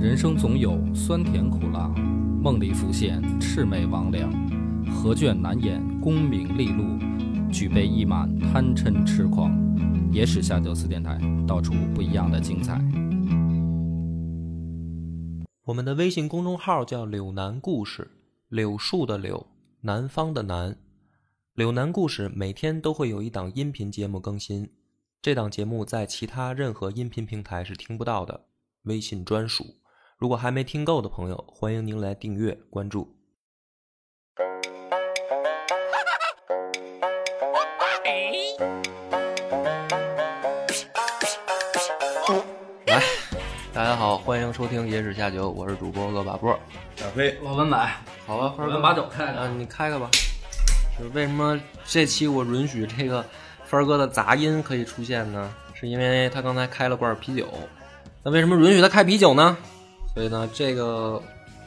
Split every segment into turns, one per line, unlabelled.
人生总有酸甜苦辣，梦里浮现魑魅魍魉，何卷难掩功名利禄，举杯一满贪嗔痴狂。野史下酒四电台，道出不一样的精彩。
我们的微信公众号叫“柳南故事”，柳树的柳，南方的南。柳南故事每天都会有一档音频节目更新，这档节目在其他任何音频平台是听不到的，微信专属。如果还没听够的朋友，欢迎您来订阅关注。来，大家好，欢迎收听《野史下酒》，我是主播恶把波。
小飞，
我文买，
好吧，
我
分
文把酒开
啊
的，，
你开开吧。就是为什么这期我允许这个帆儿哥的杂音可以出现呢？是因为他刚才开了罐啤酒。那为什么允许他开啤酒呢？所以呢，这个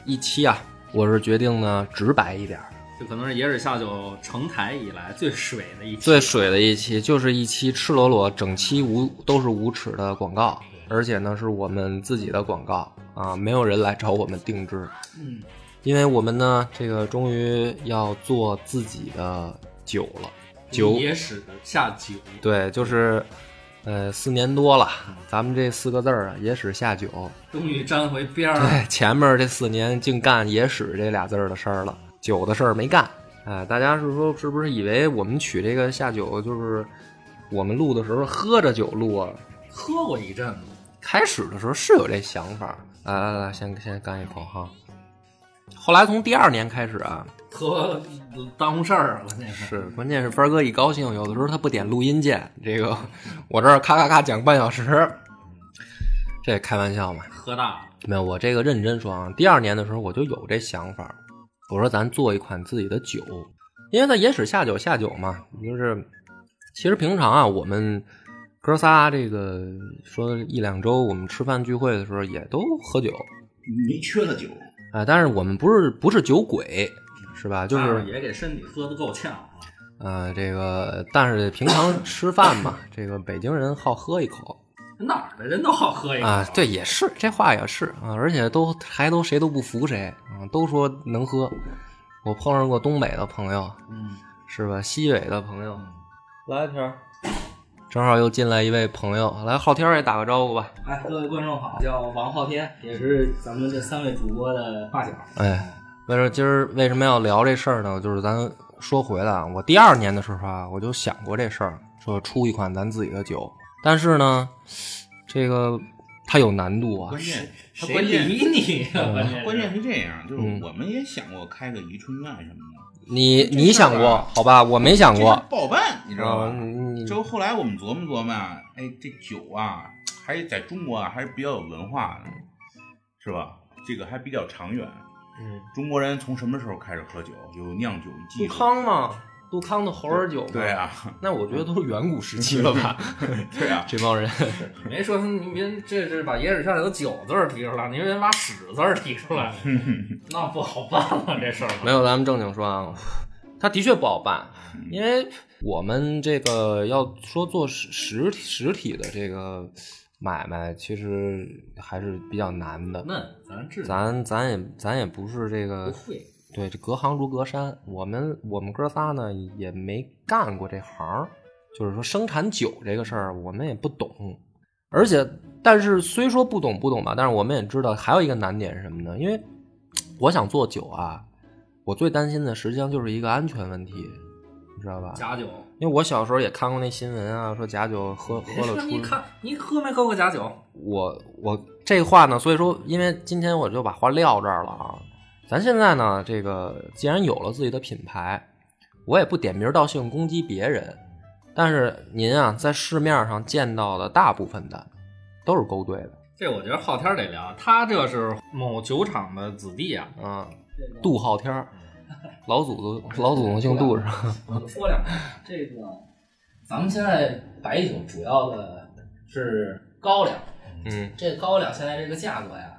一期啊，我是决定呢直白一点儿，
这可能是野史下酒成台以来最水的一期。
最水的一期，就是一期赤裸裸、整期无都是无耻的广告，而且呢是我们自己的广告啊，没有人来找我们定制。
嗯，
因为我们呢，这个终于要做自己的酒了，酒
野史下酒，
对，就是，呃，四年多了，咱们这四个字儿啊，野史下酒。
终于沾回边儿了。
对，前面这四年净干野史这俩字儿的事儿了，酒的事儿没干。哎，大家是说是不是以为我们取这个下酒就是我们录的时候喝着酒录啊？
喝过一阵子，
开始的时候是有这想法，来来来，先先干一口哈。后来从第二年开始啊，
喝耽误事儿了，关键是。
是，关键是帆儿哥一高兴，有的时候他不点录音键，这个我这儿咔咔咔讲半小时，这开玩笑嘛？
喝大了，
没有，我这个认真说啊，第二年的时候我就有这想法，我说咱做一款自己的酒，因为在野史下酒下酒嘛，就是其实平常啊，我们哥仨这个说一两周我们吃饭聚会的时候也都喝酒
没缺了酒，
啊、但是我们不是不是酒鬼，是吧？就
啊
当
是
然啊也给身体喝的够呛啊。
呃，这个但是平常吃饭嘛，这个北京人好喝一口
哪儿的人都好喝一口
啊，对，也是这话也是啊，而且都还都谁都不服谁啊，都说能喝。我碰上过东北的朋友，
嗯，
是吧？西北的朋友，来一瓶。正好又进来一位朋友，来昊天儿也打个招呼吧。
哎，各位观众好，叫王昊天，也是咱们这三位主播的发小。
哎，为了今儿为什么要聊这事儿呢？就是咱说回来啊，我第二年的时候啊，我就想过这事儿，说出一款咱自己的酒，但是呢，这个它有难度啊
关。键他
谁
关键嗯
理你呀？关键
关键是这样，就是
嗯
我们也想过开个宜春院什么的，
你
这
你
事儿啊
想过好吧？我没想
这
过
事儿，不好办，你知道吧
嗯？你
之后后来我们琢磨琢磨啊，哎，这酒啊，还是在中国啊，还是比较有文化的，是吧？这个还比较长远。
嗯，
中国人从什么时候开始喝酒？有酿酒技
杜
术。
康嘛，杜康的猴儿酒，
对，啊，
那我觉得都是远古时期了吧？
对啊，
这帮人，
你没说你别这是把野史下有酒字儿提出来，你别把屎字儿提出来，
嗯
那不好办了这事儿。
没有，咱们正经说啊，他的确不好办，
嗯
因为我们这个要说做实实体实体的这个买卖，其实还是比较难的。
嫩，咱这
咱咱也咱也不是这个
不会，
对，这隔行如隔山。我们我们哥仨呢也没干过这行儿，就是说生产酒这个事儿我们也不懂，而且但是虽说不懂不懂吧，但是我们也知道还有一个难点是什么呢？因为我想做酒啊，我最担心的实际上就是一个安全问题，你知道吧？
假酒。
因为我小时候也看过那新闻啊，说假酒喝喝了
别说
出
你看你喝没喝过假酒？
我我这话呢，所以说，因为今天我就把话撂这儿了啊。咱现在呢，这个既然有了自己的品牌，我也不点名道姓攻击别人，但是您啊，在市面上见到的大部分的都是勾兑的
这我觉得昊天得聊，他这是某酒厂的子弟啊。
啊。杜昊天儿，老祖宗老祖宗姓杜是吧？
啊我就说两句，这个咱们现在白酒主要的是高粱。
嗯，
这高粱现在这个价格呀，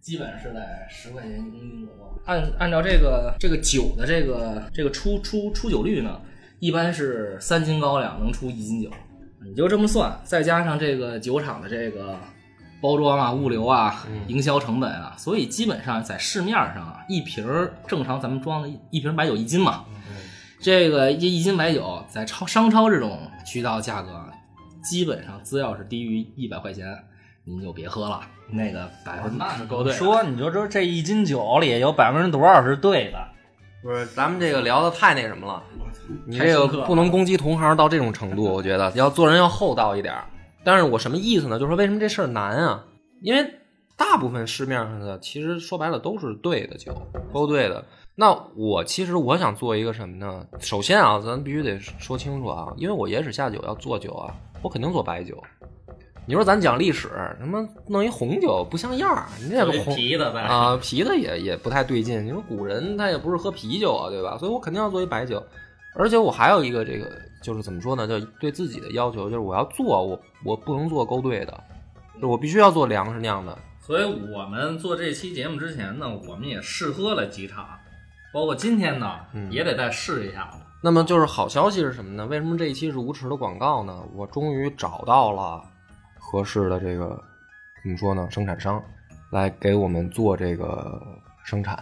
基本是在十块钱一公斤左右。按按照这个这个酒的这个这个出出出酒率呢，一般是三斤高粱能出一斤酒。你就这么算，再加上这个酒厂的这个
包装啊、物流啊
嗯、
营销成本啊，所以基本上在市面上啊，一瓶儿正常咱们装的一一瓶白酒一斤嘛，这个一一斤白酒在超商超这种渠道价格啊，基本上只要是低于一百块钱，您就别喝了。那个百分
那是
勾兑了，
说你就说这一斤酒里有百分之多少是对的？
不是，咱们这个聊的太那什么了，你这
太深
个
刻了
不能攻击同行到这种程度，我觉得要做人要厚道一点儿。但是我什么意思呢？就是说为什么这事儿难啊？因为大部分市面上的其实说白了都是对的酒，都对的。那我其实我想做一个什么呢？首先啊，咱必须得说清楚啊，因为我野史下酒要做酒啊，我肯定做白酒。你说咱讲历史，他妈弄一红酒不像样儿，你这个红
皮的呗，
啊，啤的也也不太对劲，因为古人他也不是喝啤酒啊，对吧？所以我肯定要做一白酒，而且我还有一个这个就是怎么说呢，就对自己的要求，就是我要做我我不能做勾兑的，就我必须要做粮食酿的。
所以我们做这期节目之前呢，我们也试喝了几场，包括今天呢，
嗯
也得再试一下了。
那么就是好消息是什么呢？为什么这一期是无耻的广告呢？我终于找到了合适的这个怎么说呢，生产商来给我们做这个生产，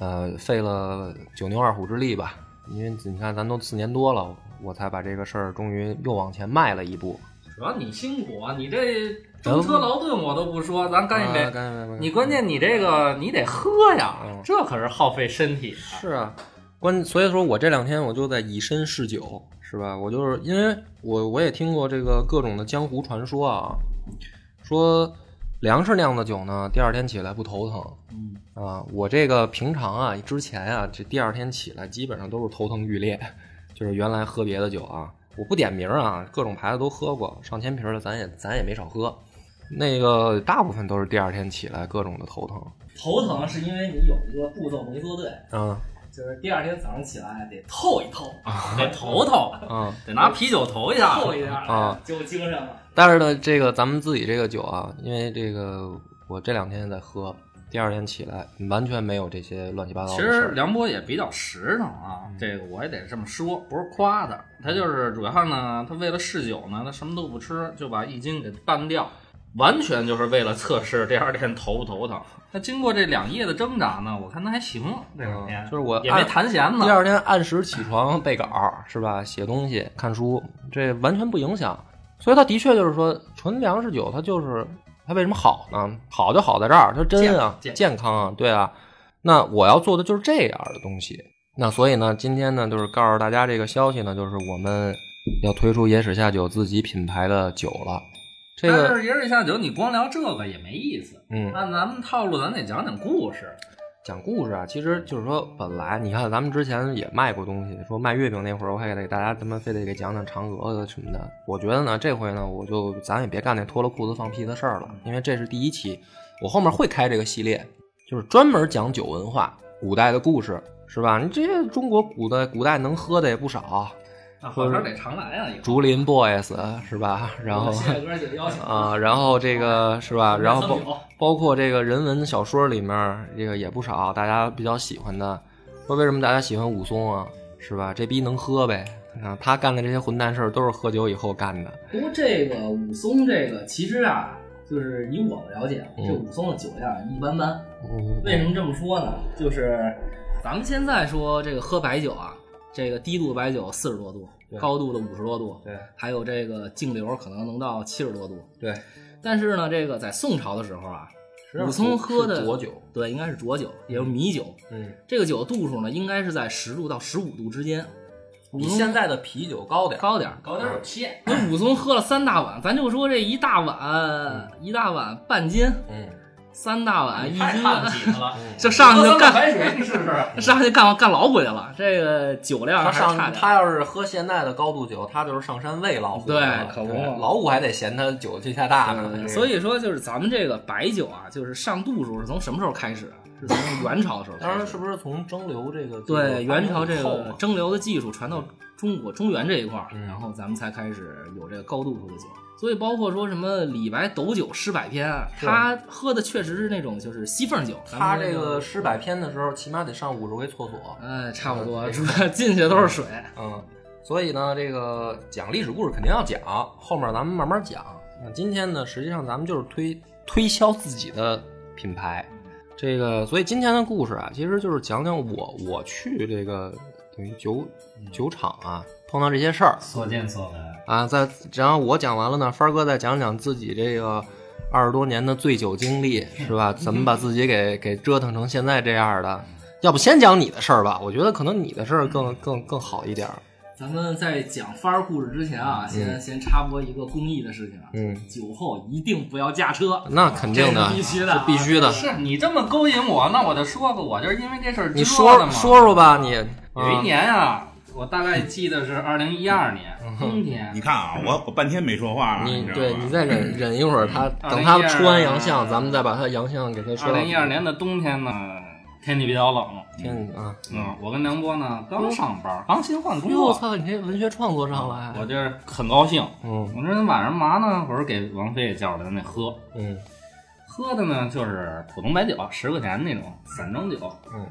呃，费了九牛二虎之力吧。因为你看，咱都四年多了，我才把这个事儿终于又往前迈了一步。
主要你辛苦啊，你这舟车劳顿我都不说，咱干一
啊
杯。
干一杯干一杯
你关键你这个你得喝呀
嗯，
这可是耗费身体 啊。
是啊，关所以说我这两天我就在以身试酒，是吧？我就是因为我我也听过这个各种的江湖传说啊，说粮食酿的酒呢，第二天起来不头疼。
嗯
啊，我这个平常啊，之前啊，这第二天起来基本上都是头疼欲裂，就是原来喝别的酒啊，我不点名儿啊，各种牌子都喝过，上千瓶儿了，咱也咱也没少喝。那个大部分都是第二天起来各种的头疼
头疼是因为你有一个步骤没做对，
啊
就是第二天早上起来得透一透，
得头头，
啊！
得拿啤酒头一下。
透一下
啊，
就精神了。
但是呢，这个咱们自己这个酒啊，因为这个我这两天在喝，第二天起来完全没有这些乱七八糟
其
的事
实
儿。嗯
梁波也比较实诚啊，这个我也得这么说，不是夸他，他就是主要呢，他为了试酒呢，他什么都不吃，就把一斤给拌掉，完全就是为了测试第二天头不头疼。那经过这两夜的挣扎呢，我看他还行，这两天、
就是我
也没
按
弹弦呢
第。嗯二天按时起床背稿儿是吧？写东西、看书，这完全不影响。所以它的确就是说，纯粮食酒它就是它为什么好呢？好就好在这儿，它真啊，
健
健康啊，对啊。那我要做的就是这样的东西。那所以呢，今天呢，就是告诉大家这个消息呢，就是我们要推出野史下酒自己品牌的酒了。这
但
个，
是一人一下酒，你光聊这个也没意思。
嗯，
按咱们套路，咱得讲讲故事。
讲故事啊，其实就是说，本来你看咱们之前也卖过东西，说卖月饼那会儿，我还给大家他妈非得给讲讲嫦娥的什么的。我觉得呢，这回呢，我就咱也别干那脱了裤子放屁的事儿了，因为这是第一期，我后面会开这个系列，就是专门讲酒文化、古代的故事，是吧？你这些中国古代古代能喝的也不少，
那后边得常来啊，以后
竹林 boys 是吧？然后
谢谢哥姐邀请
啊、然后这个是吧？然 后包
包
包括这个人文小说里面儿，这个也不少，大家比较喜欢的。说为什么大家喜欢武松啊？是吧？这逼能喝呗。啊，他干的这些混蛋事儿都是喝酒以后干的。
不过这个武松这个其实啊，就是以我们了解，啊
嗯
这武松的酒量一般般。为
嗯，
什么这么说呢？就是咱们现在说这个喝白酒啊，这个低度白酒四十多度，高度的五十多度，
对，
还有这个净流可能能到七十多度。
对，
但是呢，这个在宋朝的时候啊，
实际上
武松
是
喝的
是浊酒。
对，应该是浊酒，也就是米酒。
嗯，
这个酒度数呢，应该是在十度到十五度之间。武松
在的啤酒高点
高点儿，
搞点有限。
那武松喝了三大碗，咱就说这一大碗、一大碗半斤，
嗯，
三大碗一
太
斤半
看，不起他了。
这上去 就干，
白水，你试试。
上去干干老鬼了。这个酒量
他
还是差
上
点儿。
他要是喝现在的高度酒，他就是上山喂老虎
对
了
可不嘛
老虎还得嫌他酒劲太大呢。
嗯所
以
以说，就是咱们这个白酒啊，就是上度数是从什么时候开始啊？是从元朝的时候开
当
始。
时是不是从蒸馏这个
对元朝这个
蒸
蒸馏的技术传到中国中原这一块儿，
嗯
然后咱们才开始有这个高度数的酒。所以包括说什么李白斗酒诗百篇啊，
是
他喝的确实是那种就是西凤酒。咱
他
们
这
说
个诗百篇的时候，起码得上五十回厕所。
嗯
呃，差不多，主要 进去都是水。
嗯，所以呢，这个讲历史故事肯定要讲，后面咱们慢慢讲。那今天呢，实际上咱们就是推推销自己的品牌。这个，所以今天的故事啊，其实就是讲讲我我去这个等于酒酒厂啊碰到这些事儿
所见所闻，
啊，在然后我讲完了呢，帆儿哥再讲讲自己这个二十多年的醉酒经历是吧？怎么把自己给给折腾成现在这样的？要不先讲你的事儿吧，我觉得可能你的事儿更更更好一点儿。
咱们在讲番儿故事之前啊，先先插播一个公益的事情啊，
嗯，
酒后一定不要驾车，
那肯定的
这是，必须的啊，
必须的。
是你这么勾引我，那我就说吧，我就是因为这事儿
你
说的
说
嘛。
说说吧，你
有一年啊，我大概记得是二零一二年
嗯
冬天
你，看啊，我我半天没说话
啊
了，
你
知道
对
吗
你再忍忍一会儿，他
嗯
等他
2012
出完洋相，咱们再把他洋相给他说
二
了。
零一二年的冬天呢，天气比较冷。
天哎啊！
嗯，我跟梁波呢刚上班，刚新换工
哟，我
作，
操，你这文学创作上来，
我就是很高兴。
嗯
我说晚上嘛呢？我说给王菲也叫来，咱得喝。
嗯
喝的呢就是普通白酒，十块钱那种散装酒，
嗯。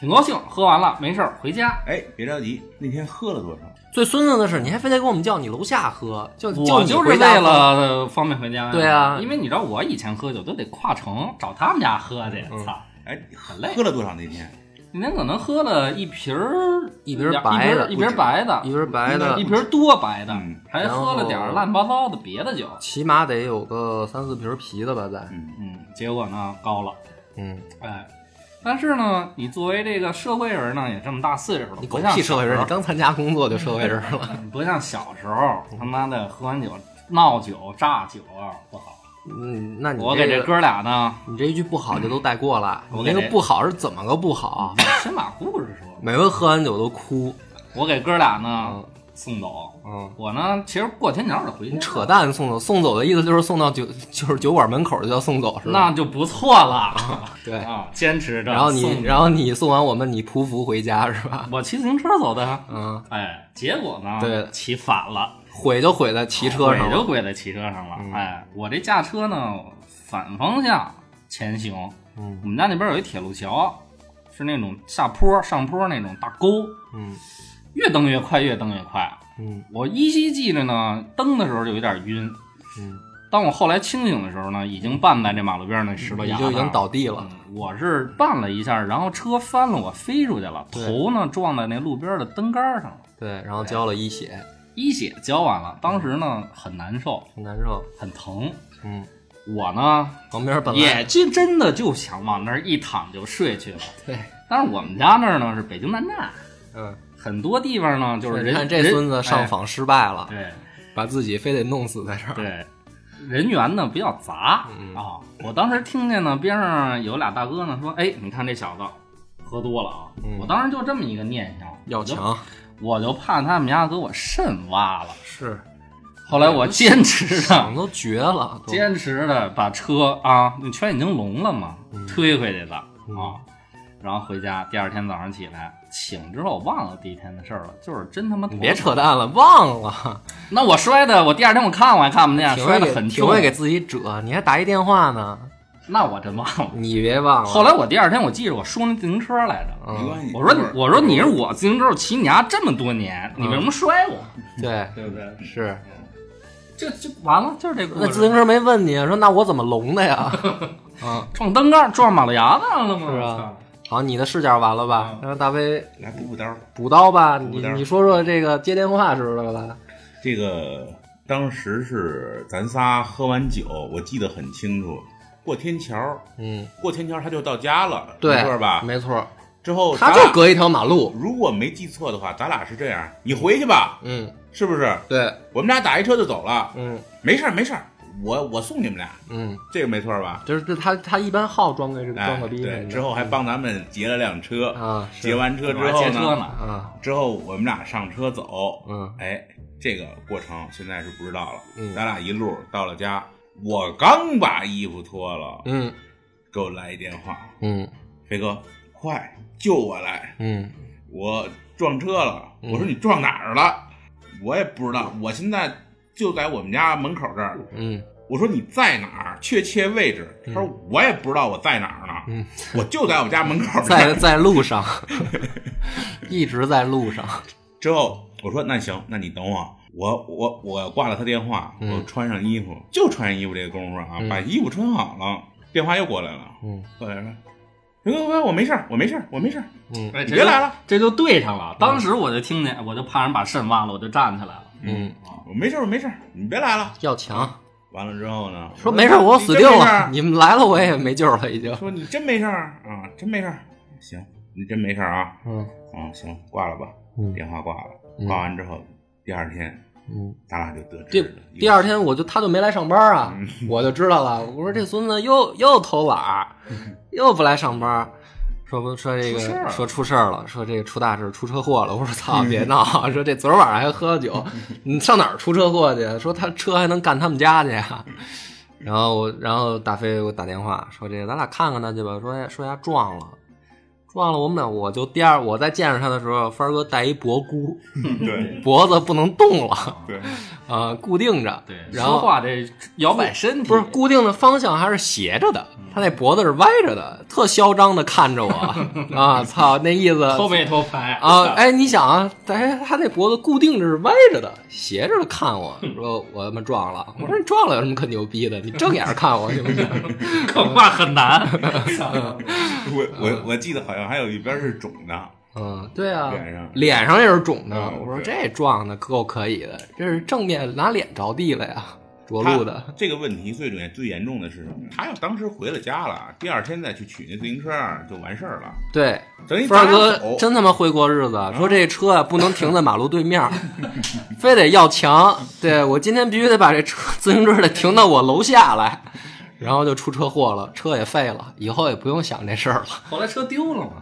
挺高兴。喝完了没事儿回家，
哎，别着急，那天喝了多少？
最孙子的是，你还非得给我们叫你楼下喝，就
我
你
就是
回家
为
喝
了方便回家。
对啊
因为你知道我以前喝酒都得跨城找他们家喝去，
嗯
操！
哎，
很累
喝了多少那天？
那天可能喝了一瓶儿，
一瓶儿白的
一瓶儿一瓶儿白的，
一瓶白的
一，瓶儿多白的
嗯，
还喝了点儿乱七八糟的别的酒。
起码得有个三四瓶啤的吧，在
嗯，
嗯，结果呢高了，
嗯，
哎，但是呢，你作为这个社会人呢，也这么大岁数了，
你
不
狗
像
屁社会人，
小
你
时候
刚参加工作就社会人了，
不像小时候他妈的喝完酒闹酒炸酒啊不好。
嗯，那你
我给
这
这
个
哥俩呢，
你这一句不好就都带过了，
我
你
给
那个
这
不好是怎么个不好？
先把故事说。
每回喝完酒都哭，
我给哥俩呢送走，
嗯，
我呢其实过天桥就回家
你，扯淡送走，送走的意思就是送到酒就是酒馆门口就叫送走是吧？
那就不错了。
对，
啊，坚持着。
嗯然后你
送
然后你送完我们你匍匐回家是吧？
我骑自行车走的，
嗯，
哎，结果呢，
对
骑反了，
毁就毁在骑车
鬼
上了，
就鬼在骑车上了。
嗯
哎，我这驾车呢反方向前行，
嗯
我们家那边有一铁路桥，是那种下坡上坡那种大沟，
嗯
越蹬越快，越蹬越快。
嗯
我依稀记着呢，蹬的时候就有点晕。
嗯，
当我后来清醒的时候呢，已经绊在这马路边儿那石头
嗯你
崖
就
上
已经
了
倒地了，
嗯我是绊了一下，然后车翻了，我飞出去了，
对
头呢撞在那路边的灯杆上了，
对，然后浇了一血，
一血浇完了。当时呢很难受，
很难受，
很疼。
嗯，
我呢
旁边本来
也就真的就想往那儿一躺就睡去了。
对，
但是我们家那儿呢是北京南站，
嗯，
很多地方呢就是
你
人
看这
人
孙子上访失败了，
哎
把自己非得弄死在这儿。
对对。人员呢比较杂啊、
啊嗯
我当时听见呢边上有俩大哥呢说：“哎，你看这小子喝多了啊！”
嗯
我当时就这么一个念想，
要
我就
强
我就怕他们家给我肾挖了。
是
后来我坚持
想
的，
都绝了，都
坚持的把车啊，那圈已经聋了嘛，
嗯
推回去的啊。然后回家，第二天早上起来醒之后，我忘了第一天的事儿了，就是真他妈
你别扯。淡了，忘了，
那我摔的，我第二天我看我还看不见，
挺
啊摔
会
的
给
很
挺
重。
会给自己折，你还打一电话呢，
那我真忘了。
你别忘了。
后来我第二天我记着我说那自行车来着，
没
嗯，
关系。
哦我说
一会儿
我说你是我自行车，我骑你家这么多年，你为什么摔我？
对，
对不对？
是
这就完了，就是这个。
那自行车没问你，啊说那我怎么聋的呀？ 嗯，
撞灯杆撞马路牙子上了吗？
是啊
我操
好，你的视角完了吧
嗯？
让大飞
来补补刀。
补刀吧，
补
你
刀
你说说这个接电话时候的吧？
这个当时是咱仨喝完酒，我记得很清楚。过天桥，
嗯，
过天桥他就到家了，
对
没错，吧？
没错，
之
哦
后
他
咱
就
俩
隔一条马路。
如果没记错的话，咱俩是这样，你回去吧，
嗯，
是不是？
对，
我们俩打一车就走了，
嗯
没事儿没事儿，我我送你们俩，
嗯，
这个没错吧？
就是这他他一般好装个这个装
哎，
个逼什么
对，
的
之后还帮咱们劫了辆车，
啊，是
劫完车之
我还
后
借车
呢，
呢。
啊，
之后我们俩上车走，
嗯
哎，这个过程现在是不知道了。
嗯
咱俩一路到了家，我刚把衣服脱了，
嗯
给我来一电话，
嗯
飞哥，快救我来！
嗯，
我撞车了。
嗯
我说你撞哪儿了？我也不知道，我现在就在我们家门口这儿。
嗯
我说你在哪儿？确切位置？他说我也不知道我在哪儿呢。
嗯
我就在我家门口这
在
儿。
在路 上，一直在路上。
之后我说那行，那你等我。啊我我我挂了他电话，
嗯
我穿上衣服，就穿上衣服这个功夫啊，
嗯
把衣服穿好了，电话又过来了，
嗯
过来说，刘哥哥，我没事儿，我没事儿，我没事儿，
嗯
哎，
你
这就
别来了，
这就对上了。当时我就听见，我就怕人把肾挖了，我就站起来了。
嗯，
啊我没事儿，我没事儿，你别来了。
要强，嗯
完了之后呢，
说没事儿，我死定了，
你真没事儿
你们来了我也没救了，已经。
说你真没事儿啊，真没事儿，行，你真没事儿啊，
嗯
啊，行，挂了吧，
嗯
电话挂了，
嗯
挂完之后，第二天
嗯，
咱俩就得知
第
了一个
第二天我就他就没来上班啊，
嗯
我就知道了。我说这孙子又又偷 懒儿，又不来上班，说不说这个
出事儿了
说出事儿了，说这个出大事出车祸了。我说操，别闹，
嗯
说这昨儿晚上还 喝酒，你上哪儿出车祸去？说他车还能干他们家去呀、
嗯
然后我，然后大飞给我打电话说这咱俩看看他去吧，说哎说他撞了。撞了我们俩，我就第二，我再见着他的时候，帆儿哥戴一脖箍，
对
脖子不能动了，
对，
啊，固定着，
哦对，
然后
说话这摇摆身体，
不是固定的方向，还是斜着的，
嗯
他那脖子是歪着的，特嚣张的看 着我啊！操，那意思
偷没偷拍
啊！ 哎，你想啊，哎，他那脖子固定着是歪着的，斜着的看我，说我他妈撞了。我说你撞了有什么可牛逼的？你正眼看我行不 行？
恐怕很难。
我我我记得好像还有一边是肿的，
嗯，对啊
脸上，
脸上也是肿的。
嗯
我说
对
这撞的够可以的，这是正面拿脸着地了呀，着陆的。
他 这个问题最最最严重的是什么？他要当时回了家了，第二天再去取那自行车啊就完事儿了。
对，
等于
范儿
咱俩
哥
走
真他妈会过日子，说这车啊不能停在马路对 面儿，非得要墙。对我今天必须得把这车自行车得停到我楼下来，然后就出车祸了，车也废了，以后也不用想这事儿了。
后来车丢了嘛？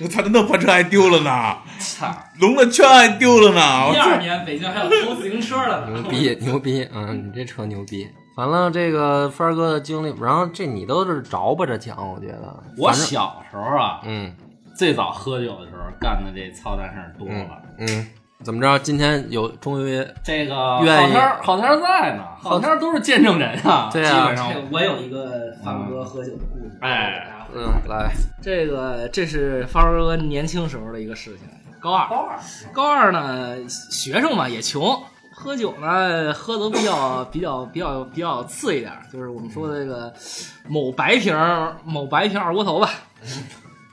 嗯，
他的那破车还丢了呢，
操！
龙的圈还丢了呢。我
第二年北京还有偷自行车的
牛
呢。
逼牛逼，嗯，你这车牛逼。完了，这个范儿哥的经历，然后这你都是着吧着讲，我觉得，
我
反正
小时候啊，
嗯
最早喝酒的时候干的这操蛋事儿多了。
嗯，怎么着？今天有终于
这个好
愿意
天儿好天儿在呢，好天儿都是见证人啊，
对啊
基本上
这个我有一个方哥喝酒的故事，
哎，
嗯来，
这个这是方哥年轻时候的一个事情。高二，高二，高二呢，学生嘛也穷，喝酒呢喝的比较比较比较比较次一点儿，就是我们说的这个某白瓶儿某白瓶儿二锅头吧，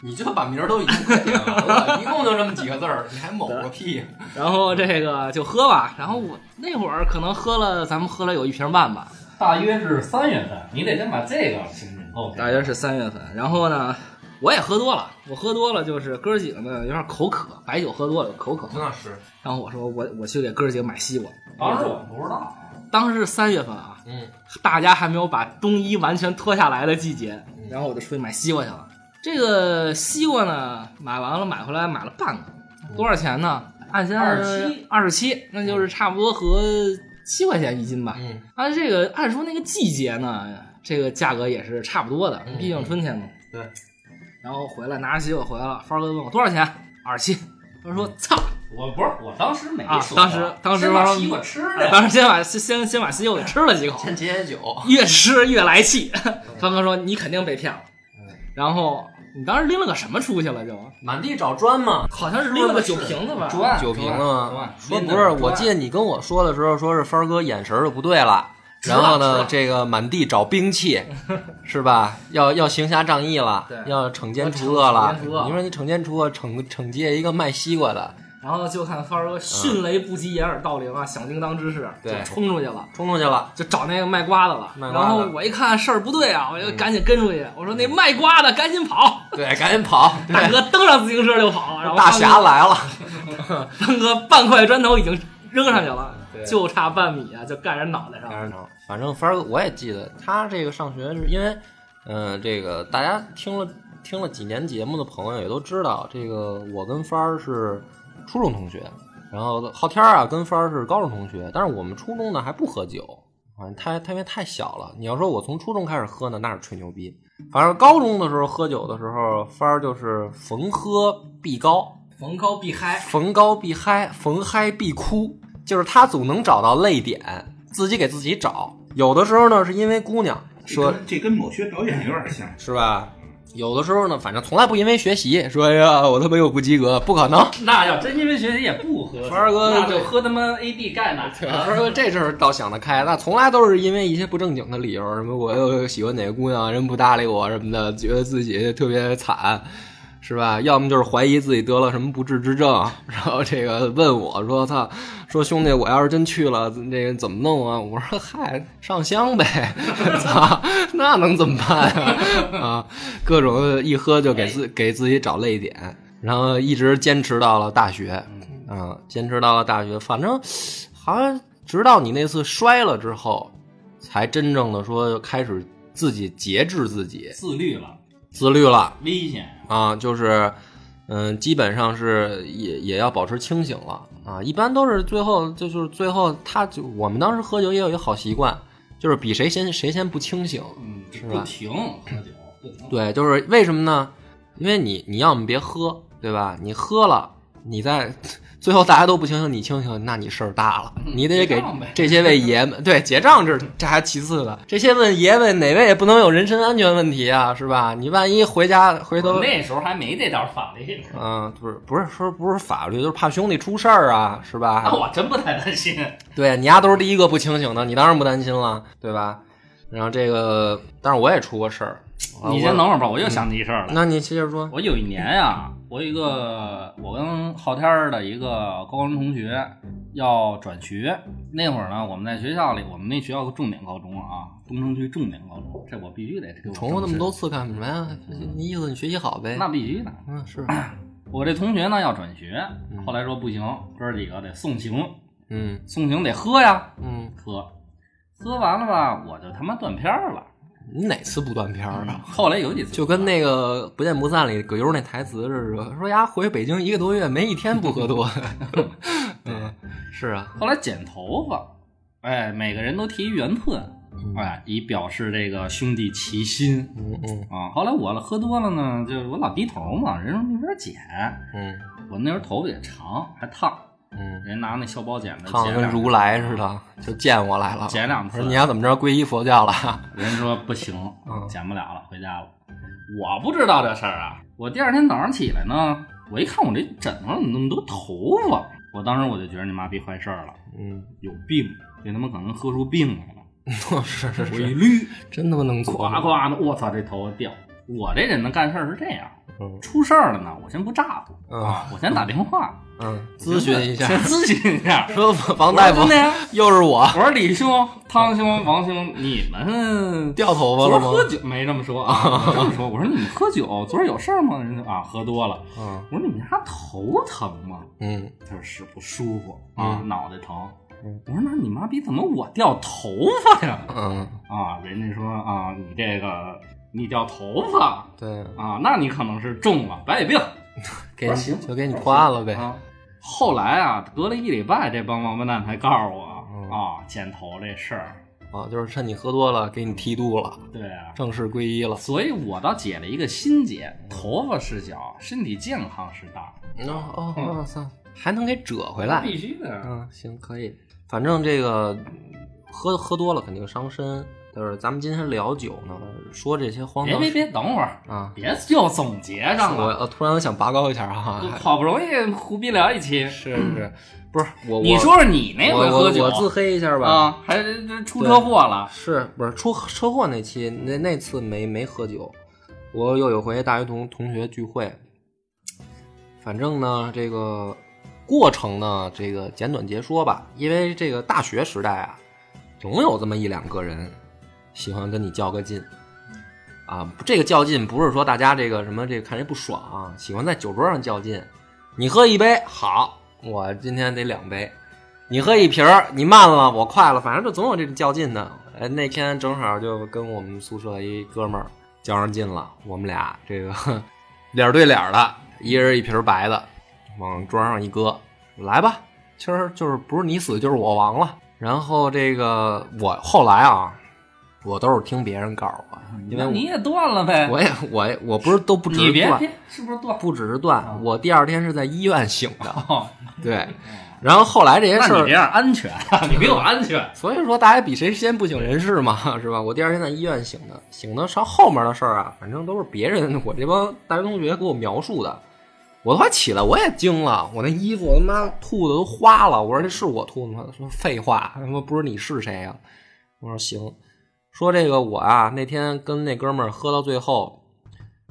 你就把名儿都已经给完了，一共就这么几个字儿，你还某个屁呀？啊
然后这个就喝吧，然后我那会儿可能喝了，咱们喝了有一瓶半吧，
大约是三月份，你得先把这个清清哦
大约是三月份。然后呢，我也喝多了，我喝多了就是哥儿几个呢有点口渴，白酒喝多了有口渴。
那是，
然后我说我我去给哥儿几个买西瓜。
当时我们不知道，
当时是三月份啊，
嗯
大家还没有把冬衣完全脱下来的季节，然后我就出去买西瓜去了。这个西瓜呢，买完了买回来买了半个，多少钱呢？按现在
27
二十七，那就是差不多和七块钱一斤吧。
嗯
按这个按说那个季节呢，这个价格也是差不多的
嗯，
毕竟春天嘛。
对。
然后回来拿着西瓜回来了，帆儿哥问我多少钱，二十七。他说：“操，
我不是，我当时没
啊
哎说话，
当时当时
先把
玩
西瓜吃了，
当时先把先先先把西瓜给吃了几口，
欠解酒，
越吃越来气。 方哥说：“你肯定被骗了。
嗯”
然后你当时拎了个什么出去了就？
满地找砖嘛，
好像是拎了个酒瓶子吧？
转
酒瓶了吗？
转
说不是，我记得你跟我说的时候，说是帆儿哥眼神儿就不对了，然后
是
呢，
吧
这个满地找兵器，是吧？要要行侠仗义了
对，
要惩奸除恶了
要惩奸除恶。
你说你惩奸除恶，惩惩戒一个卖西瓜的，
然后就看方哥迅雷不及掩耳盗铃啊，响叮当之势就
对
冲出去了。
冲出去了，
就找那个卖瓜的了，
卖瓜的嗯
然后我一看事儿不对啊，我就赶紧跟出去。我说那卖瓜的赶紧跑！
对，赶紧跑，
大哥蹬上自行车就跑，然后
嗯大侠来了，
三哥半块砖头已经扔上去了
对，嗯
就差半米啊，就盖人脑袋上
当
了。
然能，反正凡儿哥我也记得，他这个上学是因为，嗯、这个大家听了听了几年节目的朋友也都知道，这个我跟凡儿是初中同学，然后昊天儿啊跟凡儿是高中同学，但是我们初中呢还不喝酒，啊，他他因为太小了。你要说我从初中开始喝呢，那是吹牛逼。反正高中的时候喝酒的时候，凡儿就是逢喝必高，
逢高必嗨，
逢高必嗨，逢嗨必哭，就是他总能找到泪点，自己给自己找。有的时候呢，是因为姑娘
这
说，
跟这跟某些导演有点像，
是吧？有的时候呢，反正从来不因为学习说哎呀，我他妈又不及格，不可能。
那要哎真因为学习也不喝，
凡儿哥
那就喝他妈 AB 钙奶
我说这事儿倒想得开，那从来都是因为一些不正经的理由，什么我又喜欢哪个姑娘，人不搭理我什么的，觉得自己特别惨，是吧？要么就是怀疑自己得了什么不治之症， 然后这个问我说：“操，说兄弟，我要是真去了，这个怎么弄啊？”我说：“嗨，上香呗， 操，那能怎么办啊？啊，各种一喝就给自给自己找泪点，然后一直坚持到了大学，啊，坚持到了大学，反正。”好像直到你那次摔了之后，才真正的说开始自己节制自己，
自律了，
自律了
危险。
啊，就是嗯，基本上是也也要保持清醒了啊。一般都是最后就是最后，他就我们当时喝酒也有一个好习惯，就是比谁先谁先不清醒。
嗯，
是吧
不停喝酒，不停。
对，就是为什么呢？因为你你要么别喝，对吧？你喝了，你再最后大家都不清醒，你清醒，那你事儿大了，你得
嗯结
给
账呗
这些位爷们对结账这这还其次的，这些问爷们哪位也不能有人身安全问题啊，是吧？你万一回家回头
我。那时候还没这道法律呢，
嗯，不是不是说不是法律，就是怕兄弟出事儿啊，是吧
那？ 我真不太担心。
对你丫都是第一个不清醒的，你当然不担心了，对吧？然后这个，但是我也出过事儿。啊
你
我
先等会儿吧，我又想起一事儿来。
那你接着说。
我有一年呀、我有一个我跟昊天儿的一个高中同学要转学，那会儿呢，我们在学校里，我们那学校重点高中啊，东城区重点高中，这我必须得给我
重复那么
证
多
实，
次干什么呀？你意思你学习好呗？
那必须的。
嗯是，
我这同学呢要转学，后来说不行，哥儿几个得送行，
嗯
送行得喝呀，
嗯，
喝，喝完了吧，我就他妈断片儿了。
你哪次不断片儿啊？
后来有几次
就跟那个《不见不散》里葛优那台词似的，说呀回北京一个多月没一天不喝多。 嗯，是啊，
后来剪头发，哎，每个人都提一圆寸，哎，以表示这个兄弟齐心
嗯嗯
啊。后来我了喝多了呢，就是我老低头嘛，人说没法剪，
嗯
我那时候头发也长，还烫，
嗯，
人拿那削包剪子
烫
剪
的跟
两
如来似的，就见我来了。
剪两
我
次
说，你要怎么着皈依佛教了？
人说不行
嗯，
剪不了了，回家了。我不知道这事儿啊，我第二天早上起来呢，我一看我这枕头上怎么那么多头发，我当时我就觉得你妈逼坏事儿了，
嗯，
有病，这他妈可能喝出病来了。
是是
我一
是，
捋，
真他妈能做。
夸夸的，我操，这头发掉。我这人呢，干事儿是这样，
嗯
出事儿了呢，我先不咋呼
嗯
啊，我先打电话
嗯，咨询一下
先，咨询一下。
说王 大夫
我说真的呀
又是我
我说李兄、汤兄、王兄，你们
掉头发
昨
了
儿
吗？
喝酒没这么说啊？这么说，我说你们喝酒昨儿有事儿吗？人家啊，喝多了。
嗯
我说你们家头疼吗？
嗯
他说是不舒服啊，
嗯
脑袋疼
嗯。
我说那你妈逼怎么我掉头发呀？
嗯，
啊，人家说啊，你这个你掉头发，
对。
啊，那你可能是中了白血病
给
我
你
说行
就给你夸了呗。
啊。后来啊，隔了一礼拜，这帮王八蛋才告诉我、
嗯
啊，剪头这事儿。
啊，就是趁你喝多了，给你剃度了，
对啊，
正式皈依了。
所以我倒解了一个心结：头发是小，身体健康是大。
哦哦哦，操，还能给折回来。
必须的。啊
嗯，行，可以。反正这个喝喝多了肯定伤身。就是咱们今天聊酒呢，说这些荒
别
唐
别
事
别，等会儿，
啊。
别又总结上
我
了。嗯
呃突然我想拔高一下哈，
好不容易胡逼聊一期，
是是，不是我
嗯你
我
说说你那
我
回喝
我
酒
我自黑一下吧。
啊，还这出车祸了，
是不是出车祸那期那那次没没喝酒？我又有回大学同同学聚会，反正呢这个过程呢这个简短截说吧，因为这个大学时代啊，总有这么一两个人喜欢跟你较个劲。啊，这个较劲不是说大家这个什么这个看谁不爽啊，喜欢在酒桌上较劲。你喝一杯好，我今天得两杯，你喝一瓶儿，你慢了，我快了，反正就总有这种较劲的。哎，那天正好就跟我们宿舍一哥们儿较上劲了，我们俩这个 脸对脸的，一人一瓶白的，往桌上一搁，来吧，今儿就是不是你死就是我亡了。然后这个我后来啊，我都是听别人告诉我，因
嗯
为
那
我
你也断了呗。
我也我也我不是都不只
你
是
别啊
断，
别，是不是断？
不只是断，我第二天是在医院醒的。
哦
对，然后后来这些
啊
事
那你这
儿，
样安全，啊你比我安全。
所以说大家比谁先不省人事嘛，是吧？我第二天在医院醒的，醒的稍后面的事儿啊，反正都是别人我这帮大学同学给我描述的。我快起来，我也惊了，我那衣服他妈吐的都花了。我说这是我吐的吗？说废话，他妈不是你是谁啊？我说行，说这个我啊，那天跟那哥们儿喝到最后，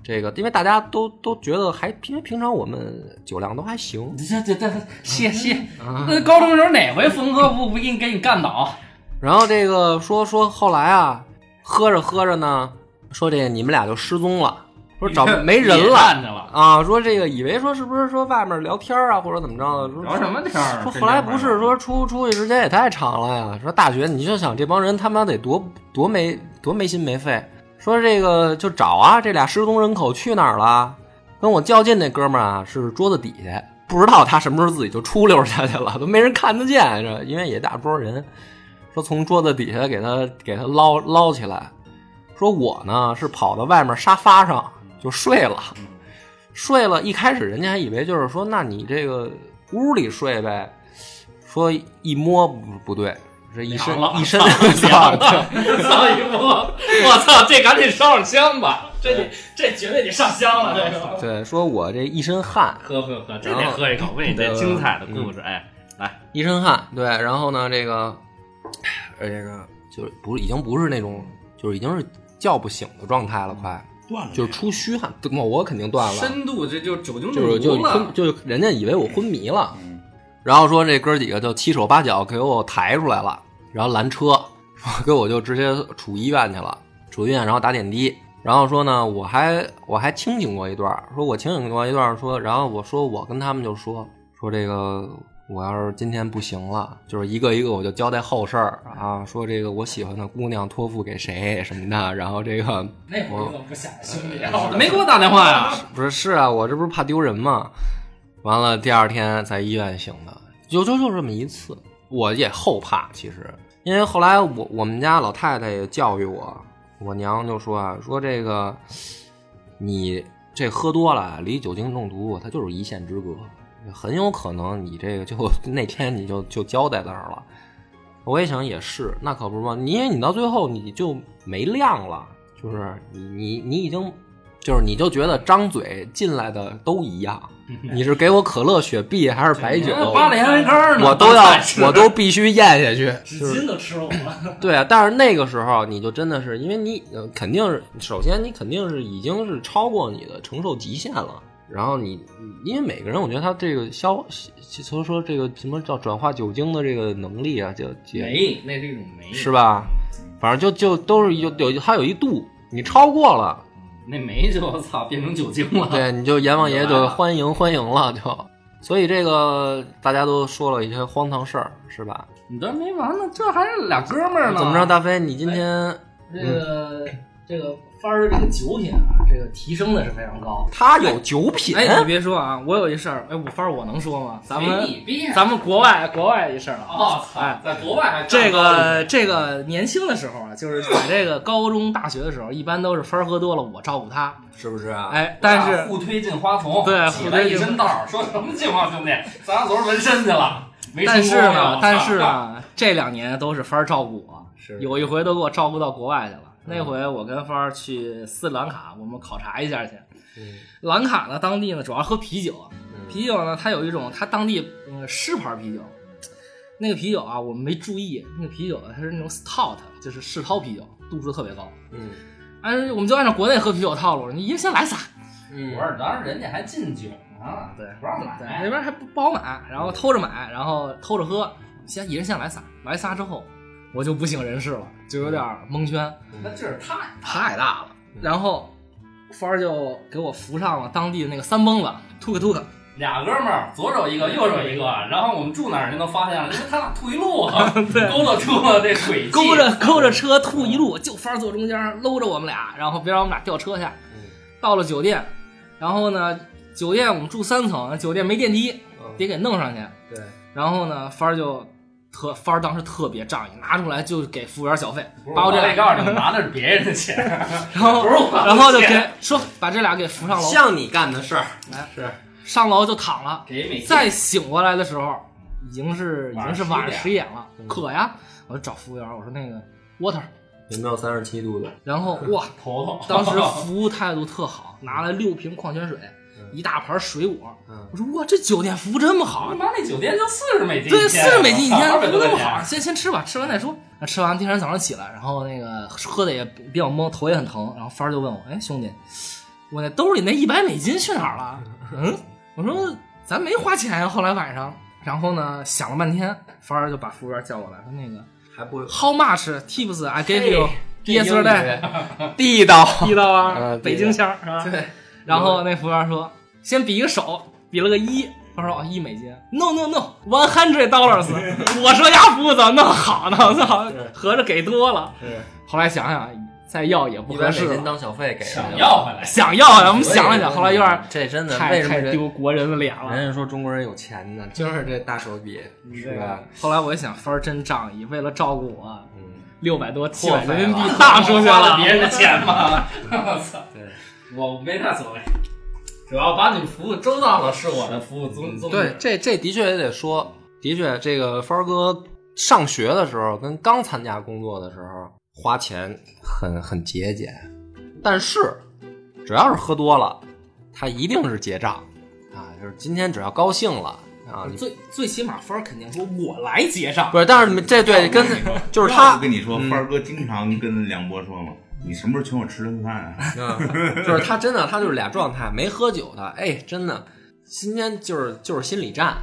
这个因为大家都都觉得还平平常我们酒量都还行，
这这这谢谢。那高中时候哪回缝合不不给你给你干倒？
然后这个说说后来啊，喝着喝着呢，说这个你们俩就失踪了，说找没人
也
了
干去了。
啊，说这个以为说是不是说外面聊天啊或者怎么着的，说
聊什么天儿？
说
这
后来
娘
不
们儿啊
是说出出去时间也太长了呀，说大学你就想这帮人他妈得多多没多没心没肺，说这个就找啊，这俩失踪人口去哪儿了？跟我较劲那哥们儿啊是桌子底下，不知道他什么时候自己就出溜下去了，都没人看得见，这因为也大桌人，说从桌子底下给他给他捞捞起来，说我呢是跑到外面沙发上就睡了。
嗯
睡了，一开始人家还以为就是说，那你这个屋里睡呗。说一摸不不对，这一 身
凉了
一身，
凉了，操一波！我操，这赶紧烧上香吧，这得这绝对得上香了，这个。
对，说我这一身汗，
喝喝喝，这
然
得
后
喝一口，我跟你这精彩的故事，哎，
一身汗，对，然后呢，这个，呃，这个就是不是已经不是那种，就是已经是叫不醒的状态了，快
嗯
断了，
就是出虚汗，对我我肯定断了，
深度这就酒精
就是就
中毒
昏，
了，
就是人家以为我昏迷了，
嗯
然后说这哥几个就七手八脚给我抬出来了，然后拦车，说给我就直接杵医院去了，杵医院然后打点滴，然后说呢我还我还清醒过一段儿，说我清醒过一段儿，说然后我说我跟他们就说说这个我要是今天不行了，就是一个一个我就交代后事儿啊，说这个我喜欢的姑娘托付给谁什么的，然后这个
那会儿你怎么不想着兄
嗯
弟啊？
没给我打电话呀？
不是是啊，我这不是怕丢人吗？完了，第二天在医院醒的，就就就这么一次，我也后怕，其实，因为后来我我们家老太太也教育我，我娘就说啊，说这个你这喝多了，离酒精中毒它就是一线之隔，很有可能你这个就那天你就就交代那儿了。我也想也是，那可不是嘛，你因为你到最后你就没量了，就是你你你已经就是你就觉得张嘴进来的都一样，你是给我可乐、雪碧还是白酒，
八里香烟杆呢，
我都要
当饭吃
我都必须咽下 去。
纸巾都吃我了，
对啊，但是那个时候你就真的是，因为你呃肯定是，首先你肯定是已经是超过你的承受极限了。然后你，因为每个人，我觉得他这个消，所以说这个什么叫转化酒精的这个能力啊，就也
没，那是一种没，
是吧？反正就就都是有有，它有一度，你超过了，
那煤就我操变成酒精了。
对，你就阎王爷
明白
就
了
欢迎欢迎了，就。所以这个大家都说了一些荒唐事儿，是吧？
你这没完呢，这还是俩哥们儿呢。
怎么着，大飞，你今天、
这个这个番儿这个酒品啊，这个提升的是非常高。
他有酒品，
哎，你别说啊，我有一事儿，哎，我番儿我能说吗？咱们
没你别
咱们国外国外一事儿啊，
哦，操
哎，
在国外还
这个这个年轻的时候啊，就是在这个高中大学的时候，一般都是番儿喝多了，我照顾他，
是不是啊？
哎，但是
互推进花丛，
对
起来一
互推
身
进
道儿，说什么情况，兄弟？咱俩昨儿纹身去了，没
但是
成功啊
呢，但是，
我 操
呢，这两年都是帆儿照顾我，有一回都给我照顾到国外去了。
嗯
那回我跟帆儿去斯里兰卡，我们考察一下去。
嗯
兰卡呢，当地呢主要喝啤酒，啤酒呢它有一种它当地呃狮牌啤酒，那个啤酒啊我们没注意，那个啤酒它是那种 stout，就是世涛啤酒，度数特别高。
嗯
哎，我们就按照国内喝啤酒套路，你一个先来仨，
嗯
不是，当时人家还禁酒呢，
对
不让
对，
买
那。边还不不好买，然后偷着买，然后偷着喝，先一人先来仨，来仨之后，我就不省人事了，就有点蒙圈，
那劲儿太
太大了。然后帆儿就给我扶上了当地的那个三蹦子，突克突克，
俩哥们儿，左手一个，右手一个，然后我们住哪儿人都发现了，因为他俩吐一路 啊，勾勒出了这轨迹，
勾着勾着车吐一路，就帆儿坐中间，搂着我们俩，然后别让我们俩掉车下
嗯。
到了酒店，然后呢，酒店我们住三层，酒店没电梯，得给弄上去。
对，
然后呢，帆儿就特帆儿当时特别仗义，拿出来就给服务员小费
不，是
把
我
这
得
俩，
告诉你， 拿的是别人的钱，
然后
不是我的钱
然后就给说把这俩给扶上楼，
像你干的事儿，
上楼就躺了。
给美
再醒过来的时候，已经是已经是晚
晚上
上
10
十点了，
嗯
渴呀！我就找服务员，我说那个 water，
有没有三十七度的？
然后哇，
头头
当时服务态度特好，拿来六瓶矿泉水，一大盘水果。
嗯
我说哇，这酒店服务这么好啊
他，妈那酒店就四十美金一天，
对，四十美金一天，
二百
服务
多
这
块
么
钱
好，。先先吃吧，吃完再说。那吃完第二天早上起来，然后那个喝的也比较懵，头也很疼。然后帆儿就问我，哎，兄弟，我那兜里那一百美金去哪儿了？嗯，我说咱没花钱呀。后来晚上，然后呢想了半天，帆儿就把服务员叫过来，说那个
还不
How much tips I give you
这英
yesterday？
语地道。
地道啊
啊，
北京腔儿是吧？
对，
然后那服务员说：“先比一个手，比了个一。”他说：“哦，一美金。”No No No，one hundred dollars。我说呀，服务怎么那么好呢？我操，合着给多了。
是
后来想想，再要也不
一
合
百
适
美
了
金当小费给，
想要回来，
想要呀，我们想了想，后来有点
这嗯真的为
太
什么
太
人
丢国人的脸了。
人家说中国人有钱呢，就是这大手笔，是吧？
后来我一想，分儿真仗义，为了照顾我，
嗯，
六百多七
破
百
费了
人民币大出去
花了
了。
别人的钱吗？我操！
对，
我没啥所谓，主要把你们服务周到了是我的服务宗宗旨。
对，这这的确也得说，的确，这个帆儿哥上学的时候跟刚参加工作的时候花钱很很节俭，但是只要是喝多了，他一定是结账啊，就是今天只要高兴了啊，
嗯
你
最最起码分儿肯定说我来结账，
不是，但是你们这对跟 就是
要
他
不跟你说，
嗯
帆儿哥经常跟梁波说嘛，你什么时候请我吃顿饭啊？
嗯， 就是他真的，他就是俩状态，没喝酒的，哎，真的，今天就是就是心理战。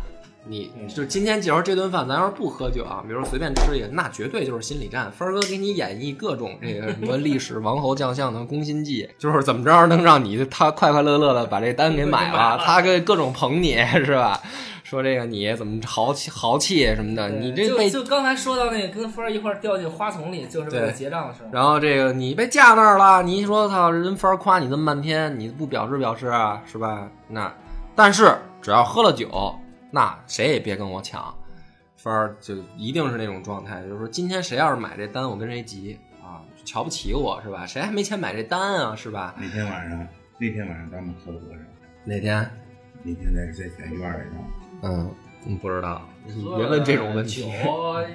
你就是今天，假如这顿饭咱要是不喝酒啊，比如说随便吃一个，那绝对就是心理战。帆儿哥给你演绎各种这个什么历史王侯将相的攻心计，就是怎么着能让你他快快乐乐的把这单给买了，他各各种捧你是吧？说这个你怎么豪气豪气什么的，你这被
就就刚才说到那个跟分儿一块儿掉进花丛里，就是为了结账的事儿。
然后这个你被架那儿了，你一说操，人凡儿夸你这么半天，你不表示表示啊，是吧？那但是只要喝了酒，那谁也别跟我抢，凡儿就一定是那种状态，就是说今天谁要是买这单，我跟谁急啊，瞧不起我是吧？谁还没钱买这单啊，是吧？
那天晚上，那天晚上咱们喝多少？
哪天？
那天在在在院儿里头，
嗯，嗯不知道，你别问这种问题。
酒，呃，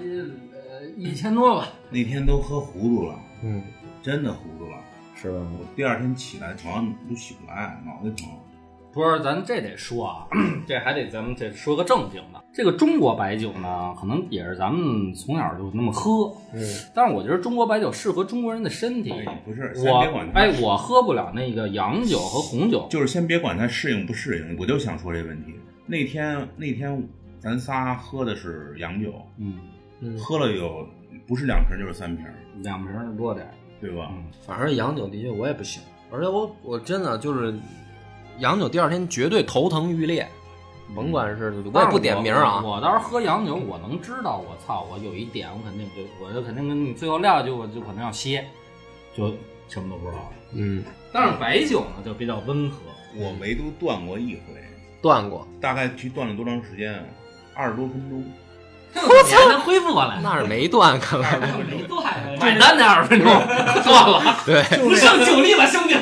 一千多吧。
那天都喝糊涂了，
嗯，
真的糊涂了。
是吧？
我第二天起来床上都醒不来，脑袋疼。
不是，咱这得说啊， 这还得咱们这说个正经的。这个中国白酒呢，可能也是咱们从小就那么喝，
嗯，
但是我觉得中国白酒适合中国人的身体。
哎，不是，先
我
别管它，
哎，我喝不了那个洋酒和红酒，
就是先别管它适应不适应，我就想说这问题。那天那天咱仨喝的是洋酒，
嗯，
嗯
喝了有不是两瓶就是三瓶，
两瓶儿多点儿。
对吧？
嗯
反正洋酒的确我也不行，而且我我真的就是洋酒第二天绝对头疼欲裂，甭管是我也不点名啊，
我我倒是喝洋酒，我能知道，我操，我有一点，我肯定就，我就肯定跟你最后撂下去，我就可能要歇，就什么都不知道了。
嗯
但是白酒呢，就比较温和。
我唯独断过一回，
断过，
大概去断了多长时间啊？二十多分 钟。
我操，能恢复过来。
那是没断，看来
没多
买单那二十分钟断了，
对，
不胜酒力了，兄弟。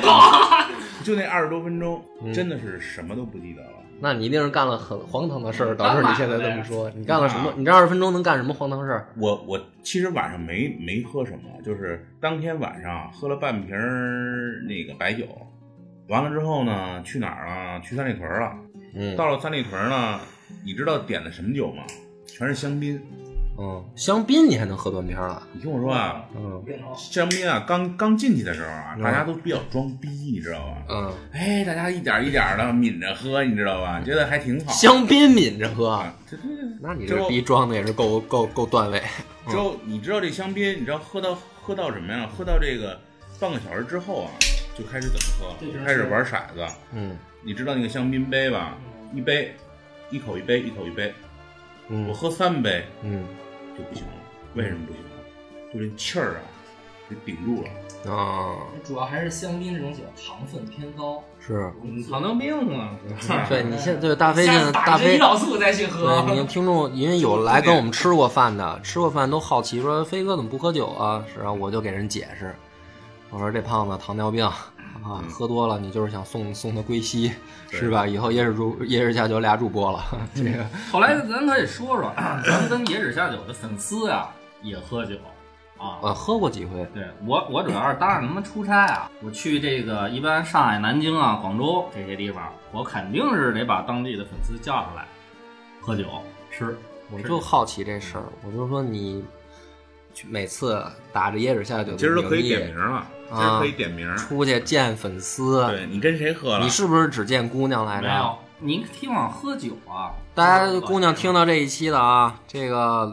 就那二十多分钟
嗯，
真的是什么都不记得了。
那你一定是干了很荒唐的嗯事儿，导致你现在这么说，你干了什么？
啊
你这二十分钟能干什么荒唐事儿？
我我其实晚上没没喝什么，就是当天晚上喝了半瓶儿那个白酒，完了之后呢，去哪儿啊？去三里屯儿了。
嗯
到了三里屯儿呢，你知道点的什么酒吗？全是香槟。
嗯，香槟你还能喝断片儿了，
你听我说啊，
嗯
香槟啊，刚刚进去的时候啊，
嗯
大家都比较装逼，你知道吧？
嗯，
哎，大家一点儿一点儿的抿着喝，你知道吧？觉得还挺好。
香槟抿着喝，
啊，这这这
那你嗯这逼装的也是够够够段位，
之后你知道这香槟，你知道喝到喝到什么呀？喝到这个半个小时之后啊，就开始怎么喝？就开始玩骰子。
嗯
你知道那个香槟杯吧？一杯，一口一杯，一口一杯。我
嗯
喝三杯
嗯
就不行了，为什么不行了？就这气儿啊，给顶住了。
啊，
主要还是香槟这种酒糖分偏高，
是。
嗯糖尿病啊！
对你现在对大飞现在大
打
飞
胰岛素再去喝。
对，你们听众因为有来跟我们吃过饭的，吃过饭都好奇说飞哥怎么不喝酒啊？然后我就给人解释，我说这胖子糖尿病，啊，喝多了你就是想送送他归西，
嗯对
是吧？以后椰是主椰是下酒俩主播了， 这个
后来咱可以说 说，咱们跟野史下酒的粉丝啊也喝酒啊。
我喝过几回，
对我，我主要是搭着他们出差啊，我去这个一般上海、南京啊、广州这些地方，我肯定是得把当地的粉丝叫上来喝酒吃。
我就好奇这事儿，我就说你去每次打着椰子下酒的
今儿都可
名
以
义
点名了，啊今儿可以点名。
啊
出去见粉丝，
对你跟谁喝了？
你是不是只见姑娘来着？
没有，您听我喝酒啊，
大家姑娘听到这一期的啊，这个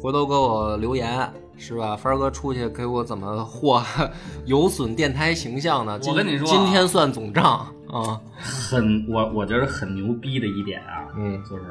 回头给我留言是吧？帆儿哥出去给我怎么祸 有损电台形象呢？今
我跟你说啊
今天算总账啊，
很我我觉得很牛逼的一点啊，
嗯，
就是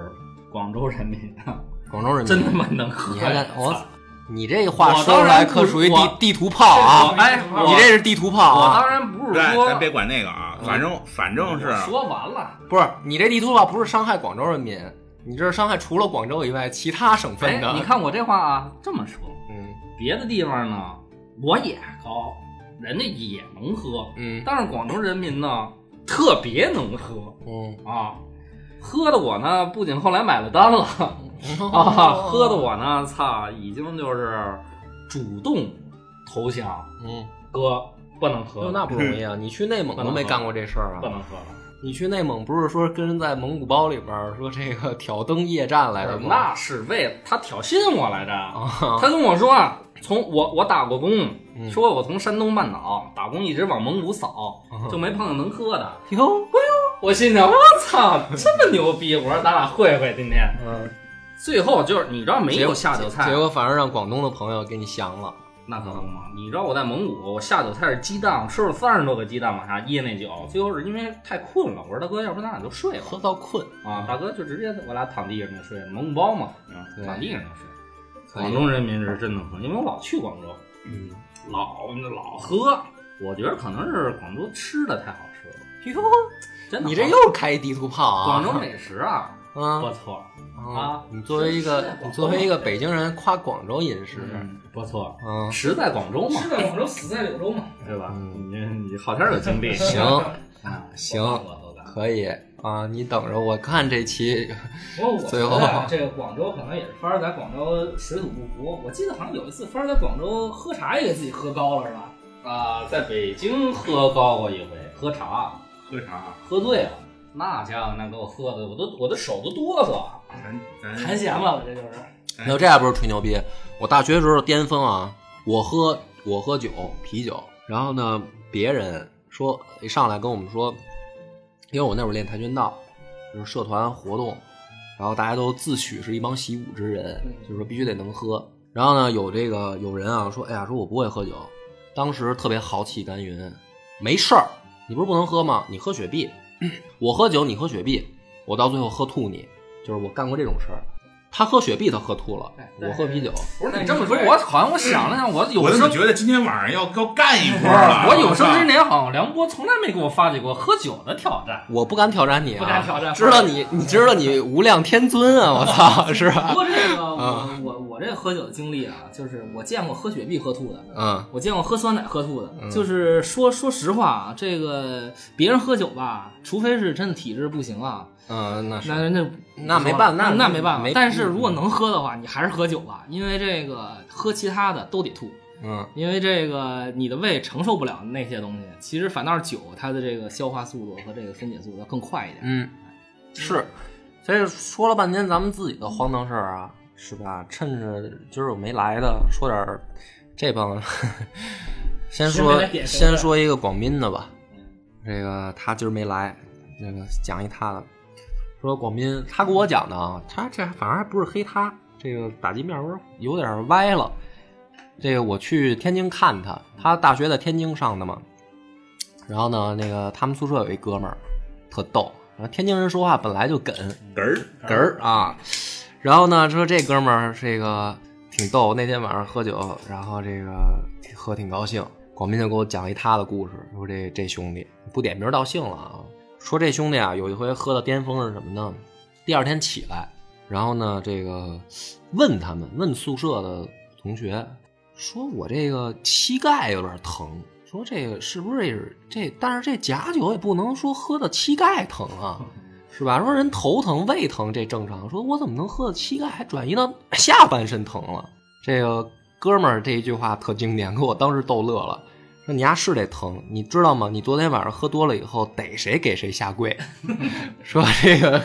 广州人民啊，
广州人民
真他妈能喝
你
呀！
还敢我
操
你这话
我
说出
当
来
然
可
不
属于
我
地地图炮啊！
哎，我
你这是地图炮
我
啊！
当然不是
咱
说嗯
咱别管那个啊，反正反正是
我说啊完了，
不是你这地图炮不是伤害广州人民，你这是伤害除了广州以外其他省
哎
份的。，
你，看我这话啊，这么说，
嗯
别的地方呢，我也高，人家也能喝，
嗯
但是广州人民呢，特别能喝
嗯，
啊，喝的我呢，不仅后来买了单了
哦
啊， 喝的我呢，操，已经就是主动投降，
嗯，
哥不能喝
哟
了，
那不容易啊！你去内蒙都没干过这事儿啊
不？能喝了，
你去内蒙不是说跟人在蒙古包里边儿说这个挑灯夜战来的吗？
那是为了他挑衅我来着。
啊，
他跟我说啊，从我我打过工，
嗯
说我从山东半岛打工一直往蒙古扫，
啊
就没碰到能喝的。
哟，
我心想，我操，这么牛逼！我说咱俩会会今天。
嗯，
最后就是你知道没有下酒菜
结，果反而让广东的朋友给你降了。
那可不嘛。你知道我在蒙古，我下酒菜是鸡蛋，我吃了三十多个鸡蛋往下噎那酒，最后是因为太困了，我说大哥，要不咱俩就睡吧
喝。到困，
啊，大哥就直接我俩躺地上就睡，蒙古包嘛，啊
对
躺地上就睡。
可
广
以
东人民是真能喝，因为我老去广州，
嗯，
老老喝，我觉得可能是广州吃的太好吃了，
哟，
真的。
哎你这又开地图炮啊！
广州美食啊，
嗯
不错，
啊
啊，
你作为一
是
个
是
你作为一个北京人，夸广州饮食，
不错，
嗯，
食在广州嘛，
吃在广州，死在柳州嘛。
对吧？
嗯
你你好天儿有经历，
行
啊，
行
我都干
可以啊，你等着我看这期，
哎
不过我觉
最后
得啊这个广州可能也是帆儿在广州水土不服。我记得好像有一次帆儿在广州喝茶也给自己喝高了，是吧？
啊，在北京喝高过一回，喝茶
喝茶，啊
喝醉了，那家伙那给我喝的，我都我的手都哆嗦。
咱
谈
咱
闲了，我这就是。
哎
那这还不是吹牛逼？啊我大学时候巅峰啊，我喝我喝酒啤酒，然后呢，别人说一上来跟我们说，因为我那会儿练跆拳道，就是社团活动，然后大家都自诩是一帮习武之人
嗯，
就是说必须得能喝。然后呢，有这个有人啊说，哎呀，说我不会喝酒，当时特别豪气干云，没事儿，你不是不能喝吗？你喝雪碧， 我喝酒，你喝雪碧，我到最后喝吐你，就是我干过这种事儿。他喝雪碧，他喝吐了
哎；
我
但是
喝啤酒，
不是
那
你
你
这么说，
会
我好像我想了想，我有
我怎么
生
觉得今天晚上要要干一波了？啊
我有生之
啊
是吧
年好像梁波从来没给我发起过喝酒的挑战。
我不敢挑战你啊！
不敢挑战
知道你，你知道你无量天尊啊！我操，是
不
吧？
过这 个
啊
我我我这喝酒的经历啊，就是我见过喝雪碧喝吐的，
嗯
我见过喝酸奶喝吐
嗯
的。就是说说实话啊，这个别人喝酒吧，除非是真的体质不行啊，
嗯，那是
那那
那没办法
那
那
那没办法
没。
但是如
嗯
果能喝的话，你还是喝酒吧，因为这个喝其他的都得吐，
嗯
因为这个你的胃承受不了那些东西。其实反倒是酒，它的这个消化速度和这个分解速度要更快一点。
嗯，是。所以说了半天咱们自己的荒唐事儿啊，是吧？趁着今儿我没来的，说点儿这帮。 先
先
说
来点评
先
的
说一个广斌的吧，这个他今儿没来，这个讲一他的，说广斌他跟我讲的啊，他这反而还不是黑他，这个打击面儿有点儿歪了。这个我去天津看他，他大学在天津上的嘛，然后呢，那个他们宿舍有一哥们儿特逗，然后天津人说话本来就梗，
哏儿
哏儿啊。然后呢，说这哥们儿这个挺逗，那天晚上喝酒，然后这个喝挺高兴。广斌就给我讲一他的故事，说这这兄弟不点名道姓了啊，说这兄弟啊有一回喝到巅峰是什么呢？第二天起来，然后呢这个问他们问宿舍的同学，说我这个膝盖有点疼，说这个是不是这这？但是这假酒也不能说喝到膝盖疼啊，是吧？说人头疼、胃疼这正常，说我怎么能喝到膝盖还转移到下半身疼了？这个哥们儿这一句话特经典，给我当时逗乐了。说你丫是得疼，你知道吗？你昨天晚上喝多了以后，逮谁给谁下跪， 说这个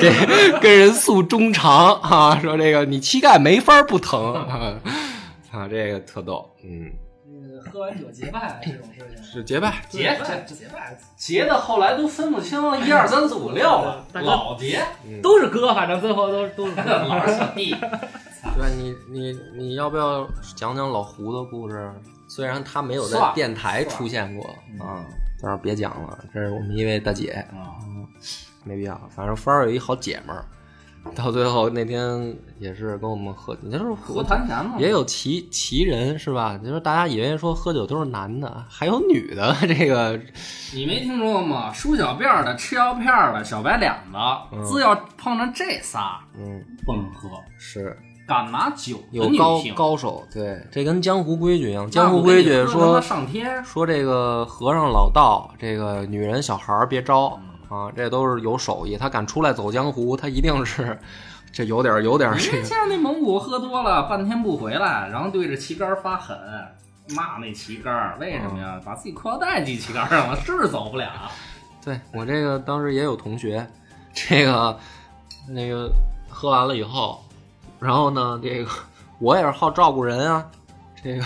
这跟人诉衷肠啊，说这个你膝盖没法不疼 啊，啊这个特逗，嗯，
呃喝完酒结拜这种事情，
是结拜，
结拜结拜
结的后来都分不清一二三四五六了，
大哥
老结。
都是哥，反正最后都是都是哥
老是小 弟，
对你你你要不要讲讲老胡的故事？虽然他没有在
算了嗯
电台出现过啊，但是别讲了，这是我们一位大姐，
啊
没必要。反正帆儿有一好姐们儿，到最后那天也是跟我们喝，你就是
何谈钱嘛，
也有奇奇人是吧？就是大家以为说喝酒都是男的，还有女的， 这个
你没听说过吗？梳小辫儿的、吃药片儿的、小白脸子，只要碰上这仨
嗯
不能喝，
是
敢拿酒的
有
女
高
性，
高手，对，这跟江湖规矩一样，
那
江湖
我跟你
规矩
说他妈
说
上天，
说这个和尚老道，这个女人小孩儿别招啊，这都是有手艺，他敢出来走江湖，他一定是这有点儿有点
嗯
儿
你
这
这
个。
像那蒙古喝多了半天不回来，然后对着旗杆儿发狠。骂那旗杆儿为什么呀？
嗯
把自己裤腰带系旗杆儿上了，是走不了。
对我这个当时也有同学，这个那个喝完了以后，然后呢，这个我也是好照顾人啊，这个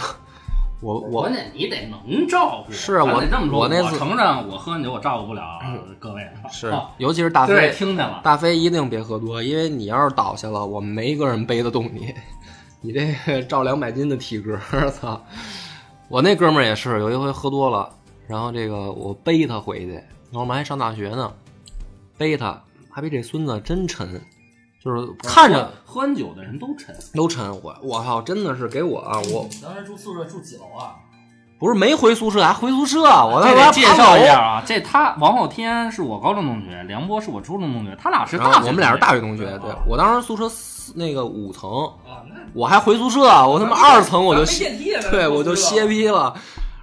我我
关键你得能照顾。
是
咱
我
得这么说，
我
我
那次
承认我喝酒我照顾不了各位了。
是
啊，
尤其是大
对，
飞，
听见了。
大飞一定别喝多，因为你要是倒下了，我们没一个人背得动你。 你这个照两百斤的体格，操！我那哥们儿也是，有一回喝多了，然后这个我背他回去，然后我们还上大学呢，背他，还比这孙子真沉，就是看着
喝完酒的人都沉，
都沉。我我靠，真的是给我啊！我
当时住宿舍住几楼啊？
不是没回宿舍，还回宿舍，我他
这
妈
得介绍一
爬
下
楼。
啊，这他王浩天是我高中同学，梁波是我初中同学，他俩是
然
大学同学，
后啊我们俩是大学同学，对
啊
我当时宿舍四那个五层，
啊，那
我还回宿舍，我他妈二层我就
咱没电梯啊， 咱
对，
们
我就
住宿舍
歇逼了。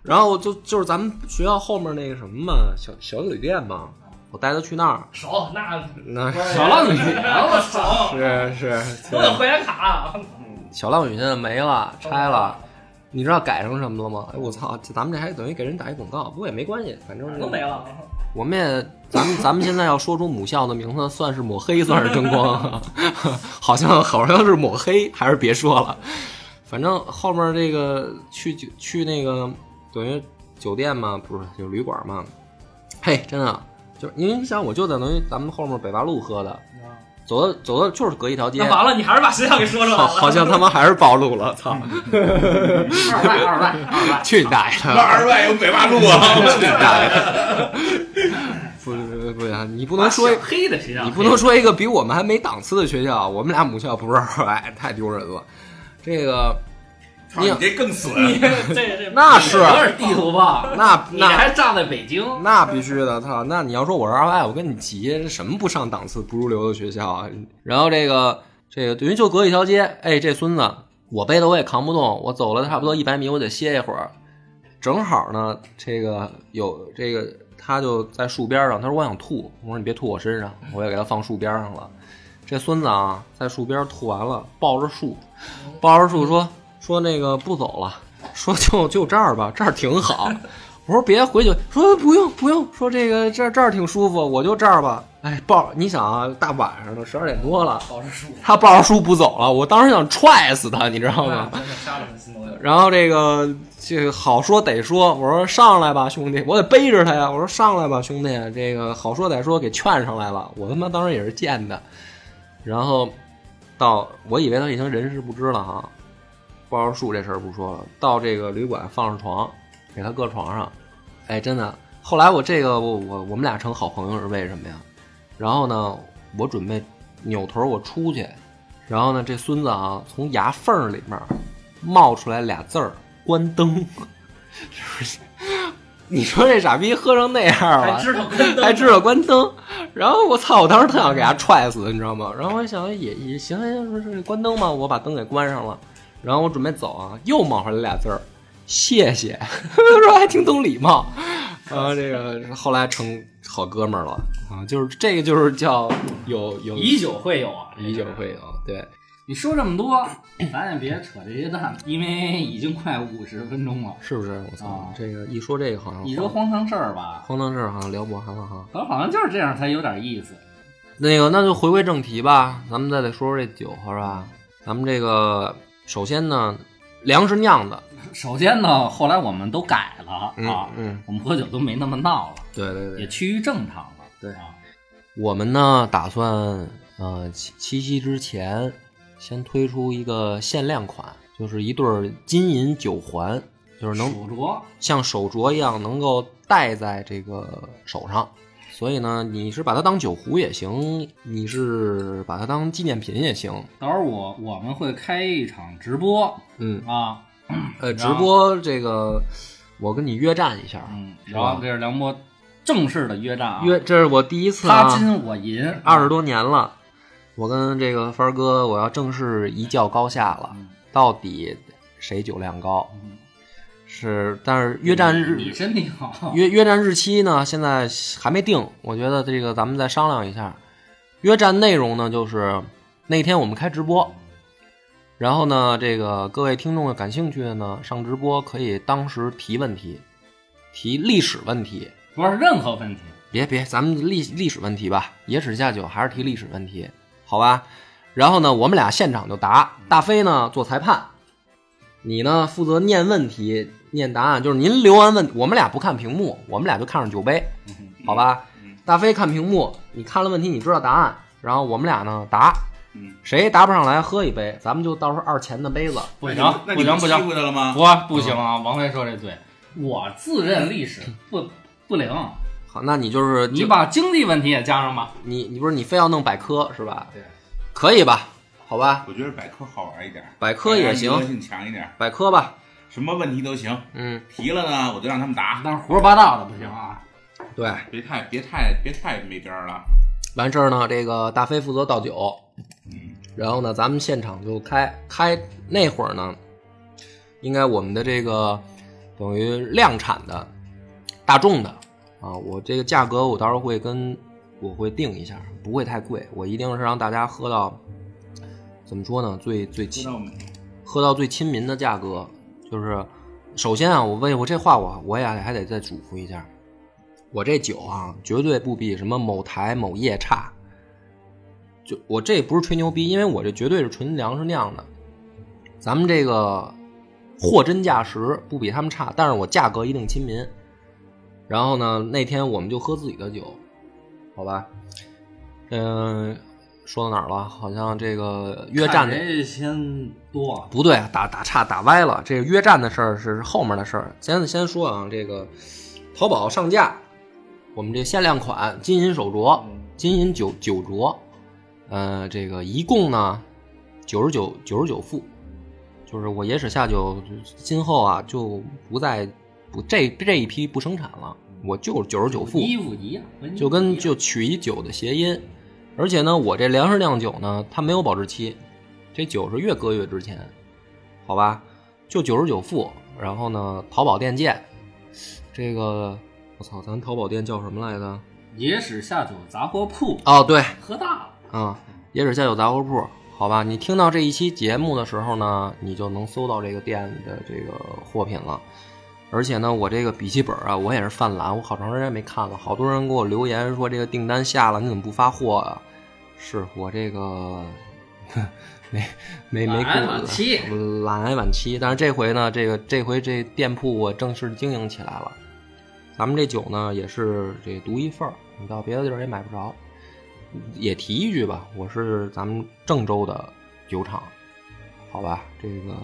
然后我就就是咱们学校后面那个什么嘛，小小旅店嘛，我带他去那儿，
熟，那
那
小浪女，
我熟，
是是
都有会员卡，啊
小浪屿现在没了，拆了。你知道改成什么了吗？哎，我操！这咱们这还等于给人打一广告，不过也没关系，反正
都没了。
我们也，咱们咱们现在要说出母校的名字，算是抹黑，算是争光，好像好像是抹黑，还是别说了。反正后面这个去酒去那个等于酒店嘛，不是就旅馆嘛，嘿，真的就是因为你想，我就在等于咱们后面北八路喝的，走到走到就是隔一条街
那，完了，你还是把学校给说出来
好
了。
好像他妈还是暴露了，操！
二外二外二外，
去你大爷！
那二外有北八路 啊！我去
大爷！不不不不，你不能说
小黑的学校，
你不能说一个比我们还没档次的学校，我们俩母校不是 二外，太丢人了。这个
操你这更损，
这这
那是啊
有点地图炮。
那
你
那
还站在北京，
那必须的，操！那你要说我是二外，我跟你急，这什么不上档次、不入流的学校啊？然后这个这个等于就隔一条街，哎，这孙子我背的我也扛不动，我走了差不多一百米，我得歇一会儿。正好呢，这个有这个他就在树边上，他说我想吐，我说你别吐我身上，我也给他放树边上了。这孙子啊，在树边吐完了，抱着树，抱着树说说那个不走了，说就就这儿吧，这儿挺好。我说别回去，说不用不用，说这个这儿这儿挺舒服，我就这儿吧。哎，抱你想啊，大晚上的十二点多了，
考试书，
他抱着书不走了，我当时想踹死他，你知道吗
真？的杀了我心头有。
然后这个这个好说得说，我说上来吧，兄弟，我得背着他呀。我说上来吧，兄弟，这个好说歹说给劝上来了。我他妈当时也是贱的，然后到我以为他已经人事不知了哈，抱着树这事儿不说了，到这个旅馆放上床，给他搁床上，哎，真的。后来我这个我我我们俩成好朋友是为什么呀？然后呢，我准备扭头我出去，然后呢，这孙子啊从牙缝儿里面冒出来俩字儿“关灯”， 是不是？你说这傻逼喝成那样了，
还知道跟
还知道关灯。然后我操，我当时特想给他踹死，你知道吗？然后我想也也啊行，要不是关灯嘛，我把灯给关上了。然后我准备走啊，又冒出来俩字儿谢谢， 说还挺懂礼貌。啊，这个后来成好哥们儿了啊，就是这个就是叫有有
以酒会友啊，
以酒会友，对，
你说这么多，咱也别扯这些蛋，因为已经快五十分钟了。
是不是？我操
啊，
这个一说这个好像
你说荒唐事儿吧，
荒唐事儿好像聊不完了哈。
咱好像就是这样才有点意思。
那个，那就回归正题吧，咱们再得说说这酒，是吧？咱们这个首先呢，粮食酿的，
首先呢，后来我们都改了、啊，
嗯，
我们喝酒都没那么闹了，
对对
也
对，
趋于正常了。
对
啊，
我们呢打算呃七七夕之前先推出一个限量款，就是一对儿金银酒环，就是能
属镯
像手镯一样能够戴在这个手上。所以呢，你是把它当酒壶也行，你是把它当纪念品也行。
到时候我我们会开一场直播
嗯，
啊，
呃，直
然后
播这个，我跟你约战一下。
嗯，
是
然
吧
后这是梁波正式的约战啊，
约，这是我第一次
他
啊，
金我银，
二十多年了，我跟这个帆儿哥，我要正式一较高下了，
嗯
到底谁酒量高？
嗯
是，但是约战
你
日
身体好，
约约战日期呢，现在还没定，我觉得这个咱们再商量一下。约战内容呢，就是那天我们开直播。然后呢，这个各位听众感兴趣的呢，上直播可以当时提问题，提历史问题，
不是任何问题。
别别，咱们历历史问题吧，野史下酒还是提历史问题，好吧？然后呢，我们俩现场就答，大飞呢做裁判，你呢负责念问题、念答案，就是您留完问，我们俩不看屏幕，我们俩就看着酒杯，好吧？
嗯
大飞看屏幕，你看了问题，你知道答案，然后我们俩呢答，
嗯，
谁答不上来喝一杯，咱们就到时候二钱的杯子，
不行
那
不
你
行不
欺
行，
负他了吗？
不不行啊！王飞说这对，我自认历史不不灵，
好，那你就是
你把经济问题也加上吧。
你你不是你非要弄百科是吧？
对，
可以吧？好吧，
我觉得百科好玩一点，
百科
哎
也行
大家娱乐性强一点，
百科吧，
什么问题都行。
嗯。
提了呢，我就让他们答，
但是胡说八道的不行啊！
对，
别太别太别太没边儿了。
完事儿呢，这个大飞负责倒酒，
嗯，
然后呢，咱们现场就开开那会儿呢，应该我们的这个等于量产的大众的啊，我这个价格我到时候会跟我会定一下，不会太贵，我一定是让大家喝到怎么说呢，最最
知
亲
道吗？
喝到最亲民的价格，就是首先啊，我为我这话我我也还得再嘱咐一下，我这酒啊绝对不比什么某台某业差，就我这不是吹牛逼，因为我这绝对是纯粮食酿的，咱们这个货真价实，不比他们差，但是我价格一定亲民。然后呢，那天我们就喝自己的酒，好吧？嗯，说到哪儿了？好像这个约战的
谁先多，
不对，啊打打岔打歪了。这个约战的事儿是后面的事儿，先先说啊，这个淘宝上架，我们这限量款金银手镯、金银酒酒镯，呃，这个一共呢九十九九十九副，就是我野史下酒，今后啊就不再不这这一批不生产了，我就是九十九副，
衣服一样，文
就跟
衣服一
就
样
取一酒的谐音，而且呢，我这粮食酿酒呢，它没有保质期，这酒是越搁越值钱，好吧？就九十九副，然后呢，淘宝店见。这个我操，咱淘宝店叫什么来着？
野史下酒杂货铺
哦，对，
喝大了，
啊、野史下酒杂货铺，好吧？你听到这一期节目的时候呢，你就能搜到这个店里的这个货品了。而且呢，我这个笔记本啊，我也是犯懒，我好长时间没看了。好多人给我留言说，这个订单下了，你怎么不发货啊？是我这个没没没
懒癌晚
顾
期
懒癌晚期。但是这回呢，这个这回这店铺我正式经营起来了。咱们这酒呢也是这独一份儿，你到别的地儿也买不着。也提一句吧，我是咱们郑州的酒厂，好吧，这个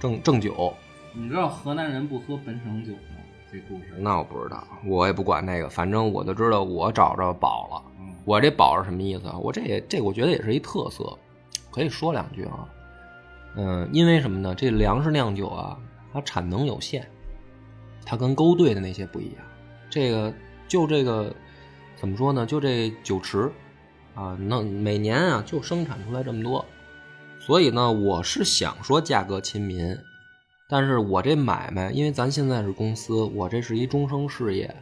郑郑酒，
你知道河南人不喝本省酒吗？这故事，
那我不知道，我也不管那个，反正我就知道我找着宝了。
嗯，
我这宝是什么意思啊？我这也这我觉得也是一特色，可以说两句啊。嗯，因为什么呢？这粮食酿酒啊，它产能有限，它跟勾兑的那些不一样。这个就这个怎么说呢？就这酒池啊，那每年啊就生产出来这么多，所以呢，我是想说价格亲民，但是我这买卖，因为咱现在是公司，我这是一终生事业。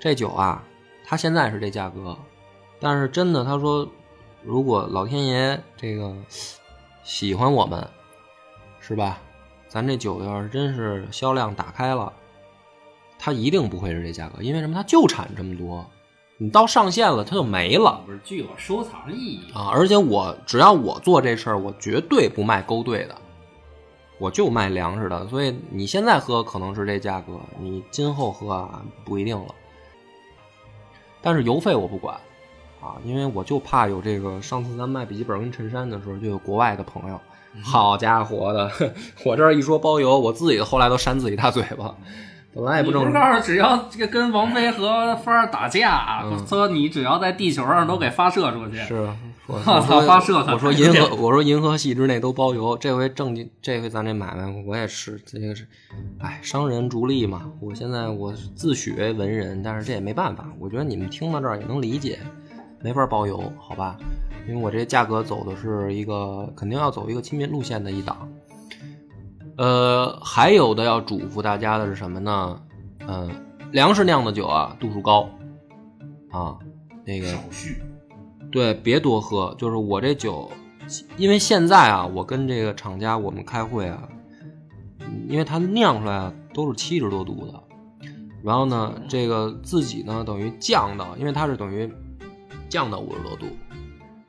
这酒啊，它现在是这价格，但是真的，他说，如果老天爷这个喜欢我们，是吧？咱这酒要是真是销量打开了，它一定不会是这价格，因为什么？它就产这么多，你到上限了，它就没了。
不是具有收藏意义。
啊，而且我只要我做这事儿，我绝对不卖勾兑的，我就卖粮食的。所以你现在喝可能是这价格，你今后喝啊不一定了。但是邮费我不管啊，因为我就怕有这个。上次咱卖笔记本跟衬衫的时候，就有国外的朋友，好家伙的， 我这儿一说包邮，我自己后来都扇自己大嘴巴。本来也
你
正
不是告诉只要这个跟王菲和范儿打架
嗯，
说你只要在地球上都给发射出去，
是 啊，我
操
说
发射它
我说银河，我说银河系之内都包邮。这回正经，这回咱这买卖，我也是这个是，哎，商人逐利嘛。我现在我自诩文人，但是这也没办法。我觉得你们听到这儿也能理解，没法包邮，好吧？因为我这价格走的是一个肯定要走一个亲民路线的一档。呃，还有的要嘱咐大家的是什么呢？嗯、粮食酿的酒啊，度数高啊，那个
少续，
对，别多喝。就是我这酒，因为现在啊，我跟这个厂家我们开会啊，嗯因为它酿出来啊都是七十多度的，然后呢，这个自己呢等于降到，因为它是等于降到五十多度，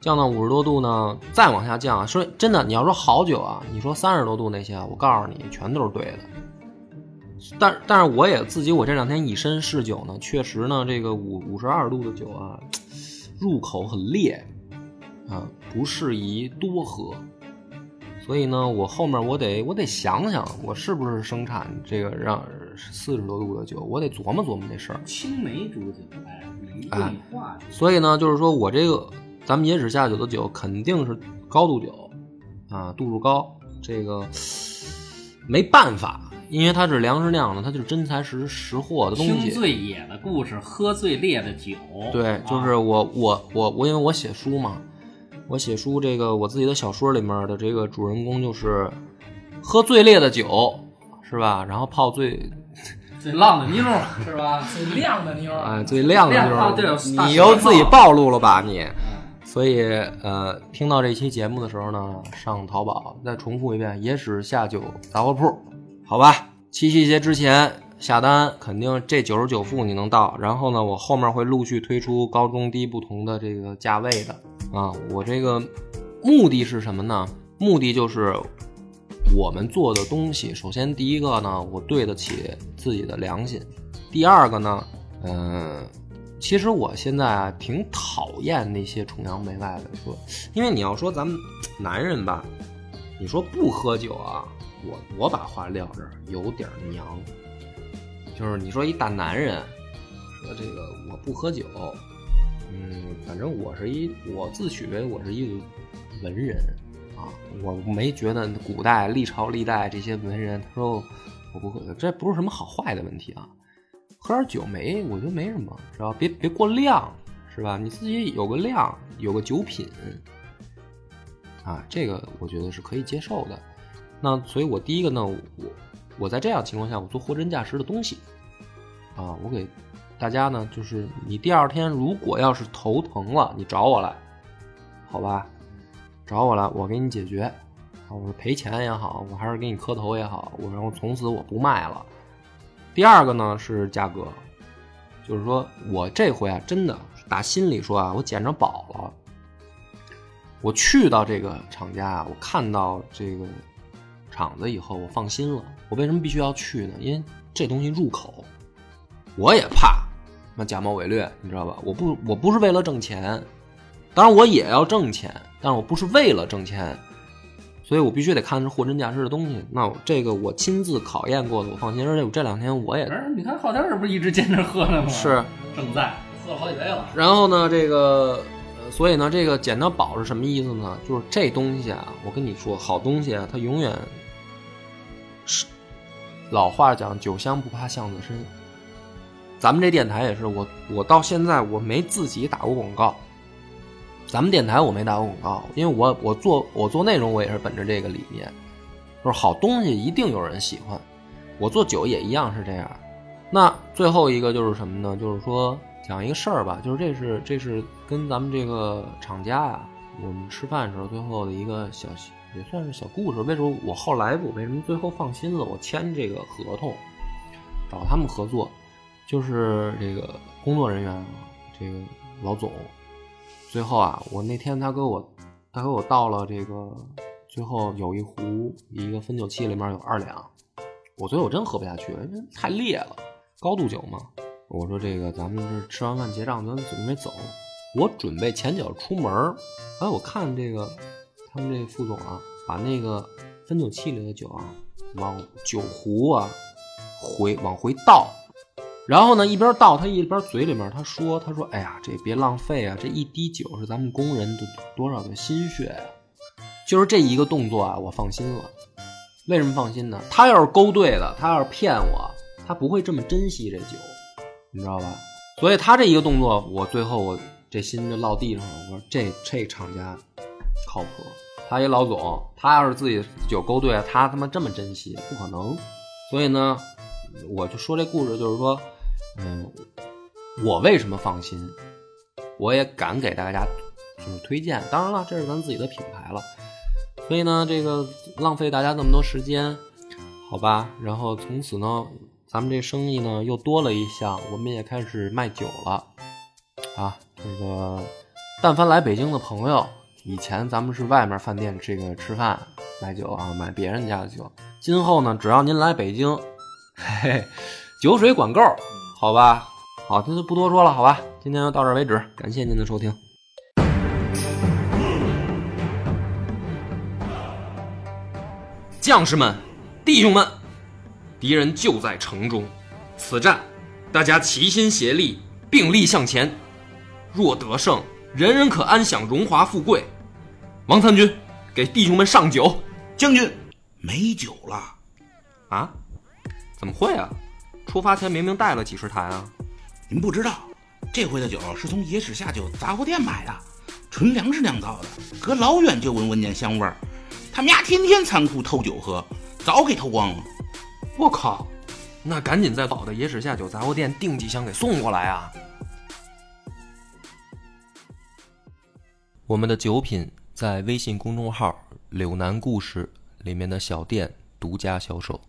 降到五十多度呢，再往下降啊。说真的，你要说好酒啊，你说三十多度那些啊，我告诉你，全都是对的。但但是我也自己，我这两天以身试酒呢，确实呢，这个五五十二度的酒啊，入口很烈，啊，不适宜多喝。所以呢，我后面我得我得想想，我是不是生产这个让四十多度的酒，我得琢磨琢磨这事儿。
青梅煮酒，哎，一
哎
顿话酒。
所以呢，就是说我这个咱们野史下酒的酒肯定是高度酒啊，度数高，这个没办法，因为它是粮食酿的，它就是真材实实货的东
听
西。
最野的故事，喝最烈的酒。
对，就是
啊
我我我我，因为我写书嘛，我写书这个我自己的小说里面的这个主人公就是喝最烈的酒，是吧？然后泡最
最浪的妞儿是吧？
最亮的妞儿
哎最亮的
亮啊对
就
有
是
大
你
水
又自己
泡
暴露了吧你？
嗯
所以呃，听到这期节目的时候呢，上淘宝再重复一遍，野史下酒杂货铺，好吧？七夕节之前下单，肯定这九十九副你能到。然后呢，我后面会陆续推出高中低不同的这个价位的啊。我这个目的是什么呢？目的就是我们做的东西，首先第一个呢，我对得起自己的良心；第二个呢，嗯、其实我现在啊挺讨厌那些崇洋媚外的说，因为你要说咱们男人吧，你说不喝酒啊，我我把话撂这儿有点儿娘，就是你说一大男人说这个我不喝酒，嗯，反正我是一我自诩为我是一个文人啊，我没觉得古代历朝历代这些文人他说我不喝，这不是什么好坏的问题啊，喝点酒没，我觉得没什么，只要别别过量，是吧？你自己有个量，有个酒品，啊，这个我觉得是可以接受的。那所以，我第一个呢，我我在这样情况下，我做货真价实的东西，啊，我给大家呢，就是你第二天如果要是头疼了，你找我来，好吧？找我来，我给你解决。啊，我是赔钱也好，我还是给你磕头也好，我然后从此我不卖了。第二个呢是价格，就是说我这回啊，真的打心里说啊，我捡着宝了。我去到这个厂家啊，我看到这个厂子以后，我放心了。我为什么必须要去呢？因为这东西入口，我也怕那假冒伪劣，你知道吧？我不，我不是为了挣钱，当然我也要挣钱，但是我不是为了挣钱，所以我必须得看是货真价实的东西。那我这个我亲自考验过的，我放心。而且我这两天我也
而你看昊天儿不是一直坚持喝着吗？
是，
正在喝了好几杯了。
然后呢，这个，呃所以呢，这个捡到宝是什么意思呢？就是这东西啊，我跟你说，好东西啊，它永远是老话讲，酒香不怕巷子深。咱们这电台也是，我我到现在我没自己打过广告，咱们电台我没打过广告，因为我我做我做内容我也是本着这个理念，就是好东西一定有人喜欢。我做酒也一样是这样。那最后一个就是什么呢？就是说讲一个事儿吧，就是这是这是跟咱们这个厂家呀、我们吃饭的时候最后的一个小也算是小故事。为什么我后来我为什么最后放心了？我签这个合同，找他们合作，就是这个工作人员啊，这个老总，最后啊，我那天他给我他给我倒了这个，最后有一壶一个分酒器里面有二两，我最后我真喝不下去了，因为太烈了，高度酒嘛。我说这个咱们这吃完饭结账，咱准备走。我准备前脚出门儿，哎，我看这个他们这副总啊，把那个分酒器里的酒啊，往酒壶啊回往回倒，然后呢一边倒他一边嘴里面他说他说哎呀这别浪费啊，这一滴酒是咱们工人的多少的心血呀、就是这一个动作啊，我放心了。为什么放心呢？他要是勾兑的，他要是骗我，他不会这么珍惜这酒，你知道吧？所以他这一个动作，我最后我这心就落地上了。我说这这厂家靠谱，他一老总，他要是自己酒勾兑，他他妈这么珍惜，不可能。所以呢，我就说这故事，就是说，嗯，我为什么放心，我也敢给大家就是推荐。当然了，这是咱自己的品牌了，所以呢，这个浪费大家那么多时间，好吧。然后从此呢，咱们这生意呢又多了一项，我们也开始卖酒了。啊，这个但凡来北京的朋友，以前咱们是外面饭店这个吃饭买酒啊，买别人家的酒。今后呢，只要您来北京，嘿嘿，酒水管够，好吧？好，那就不多说了，好吧？今天就到这儿为止，感谢您的收听。将士们，弟兄们，敌人就在城中，此战大家齐心协力，并力向前。若得胜，人人可安享荣华富贵。王参军，给弟兄们上酒
将军，没酒了。
啊！怎么会啊？出发前明明带了几十坛啊！
您不知道，这回的酒是从野史下酒杂货店买的，纯粮食酿造的，隔老远就闻闻见香味儿。他们家天天仓库偷酒喝，早给偷光了。
我靠，那赶紧在老的野史下酒杂货店订几箱给送过来啊！我们的酒品在微信公众号“柳南故事”里面的小店独家销售。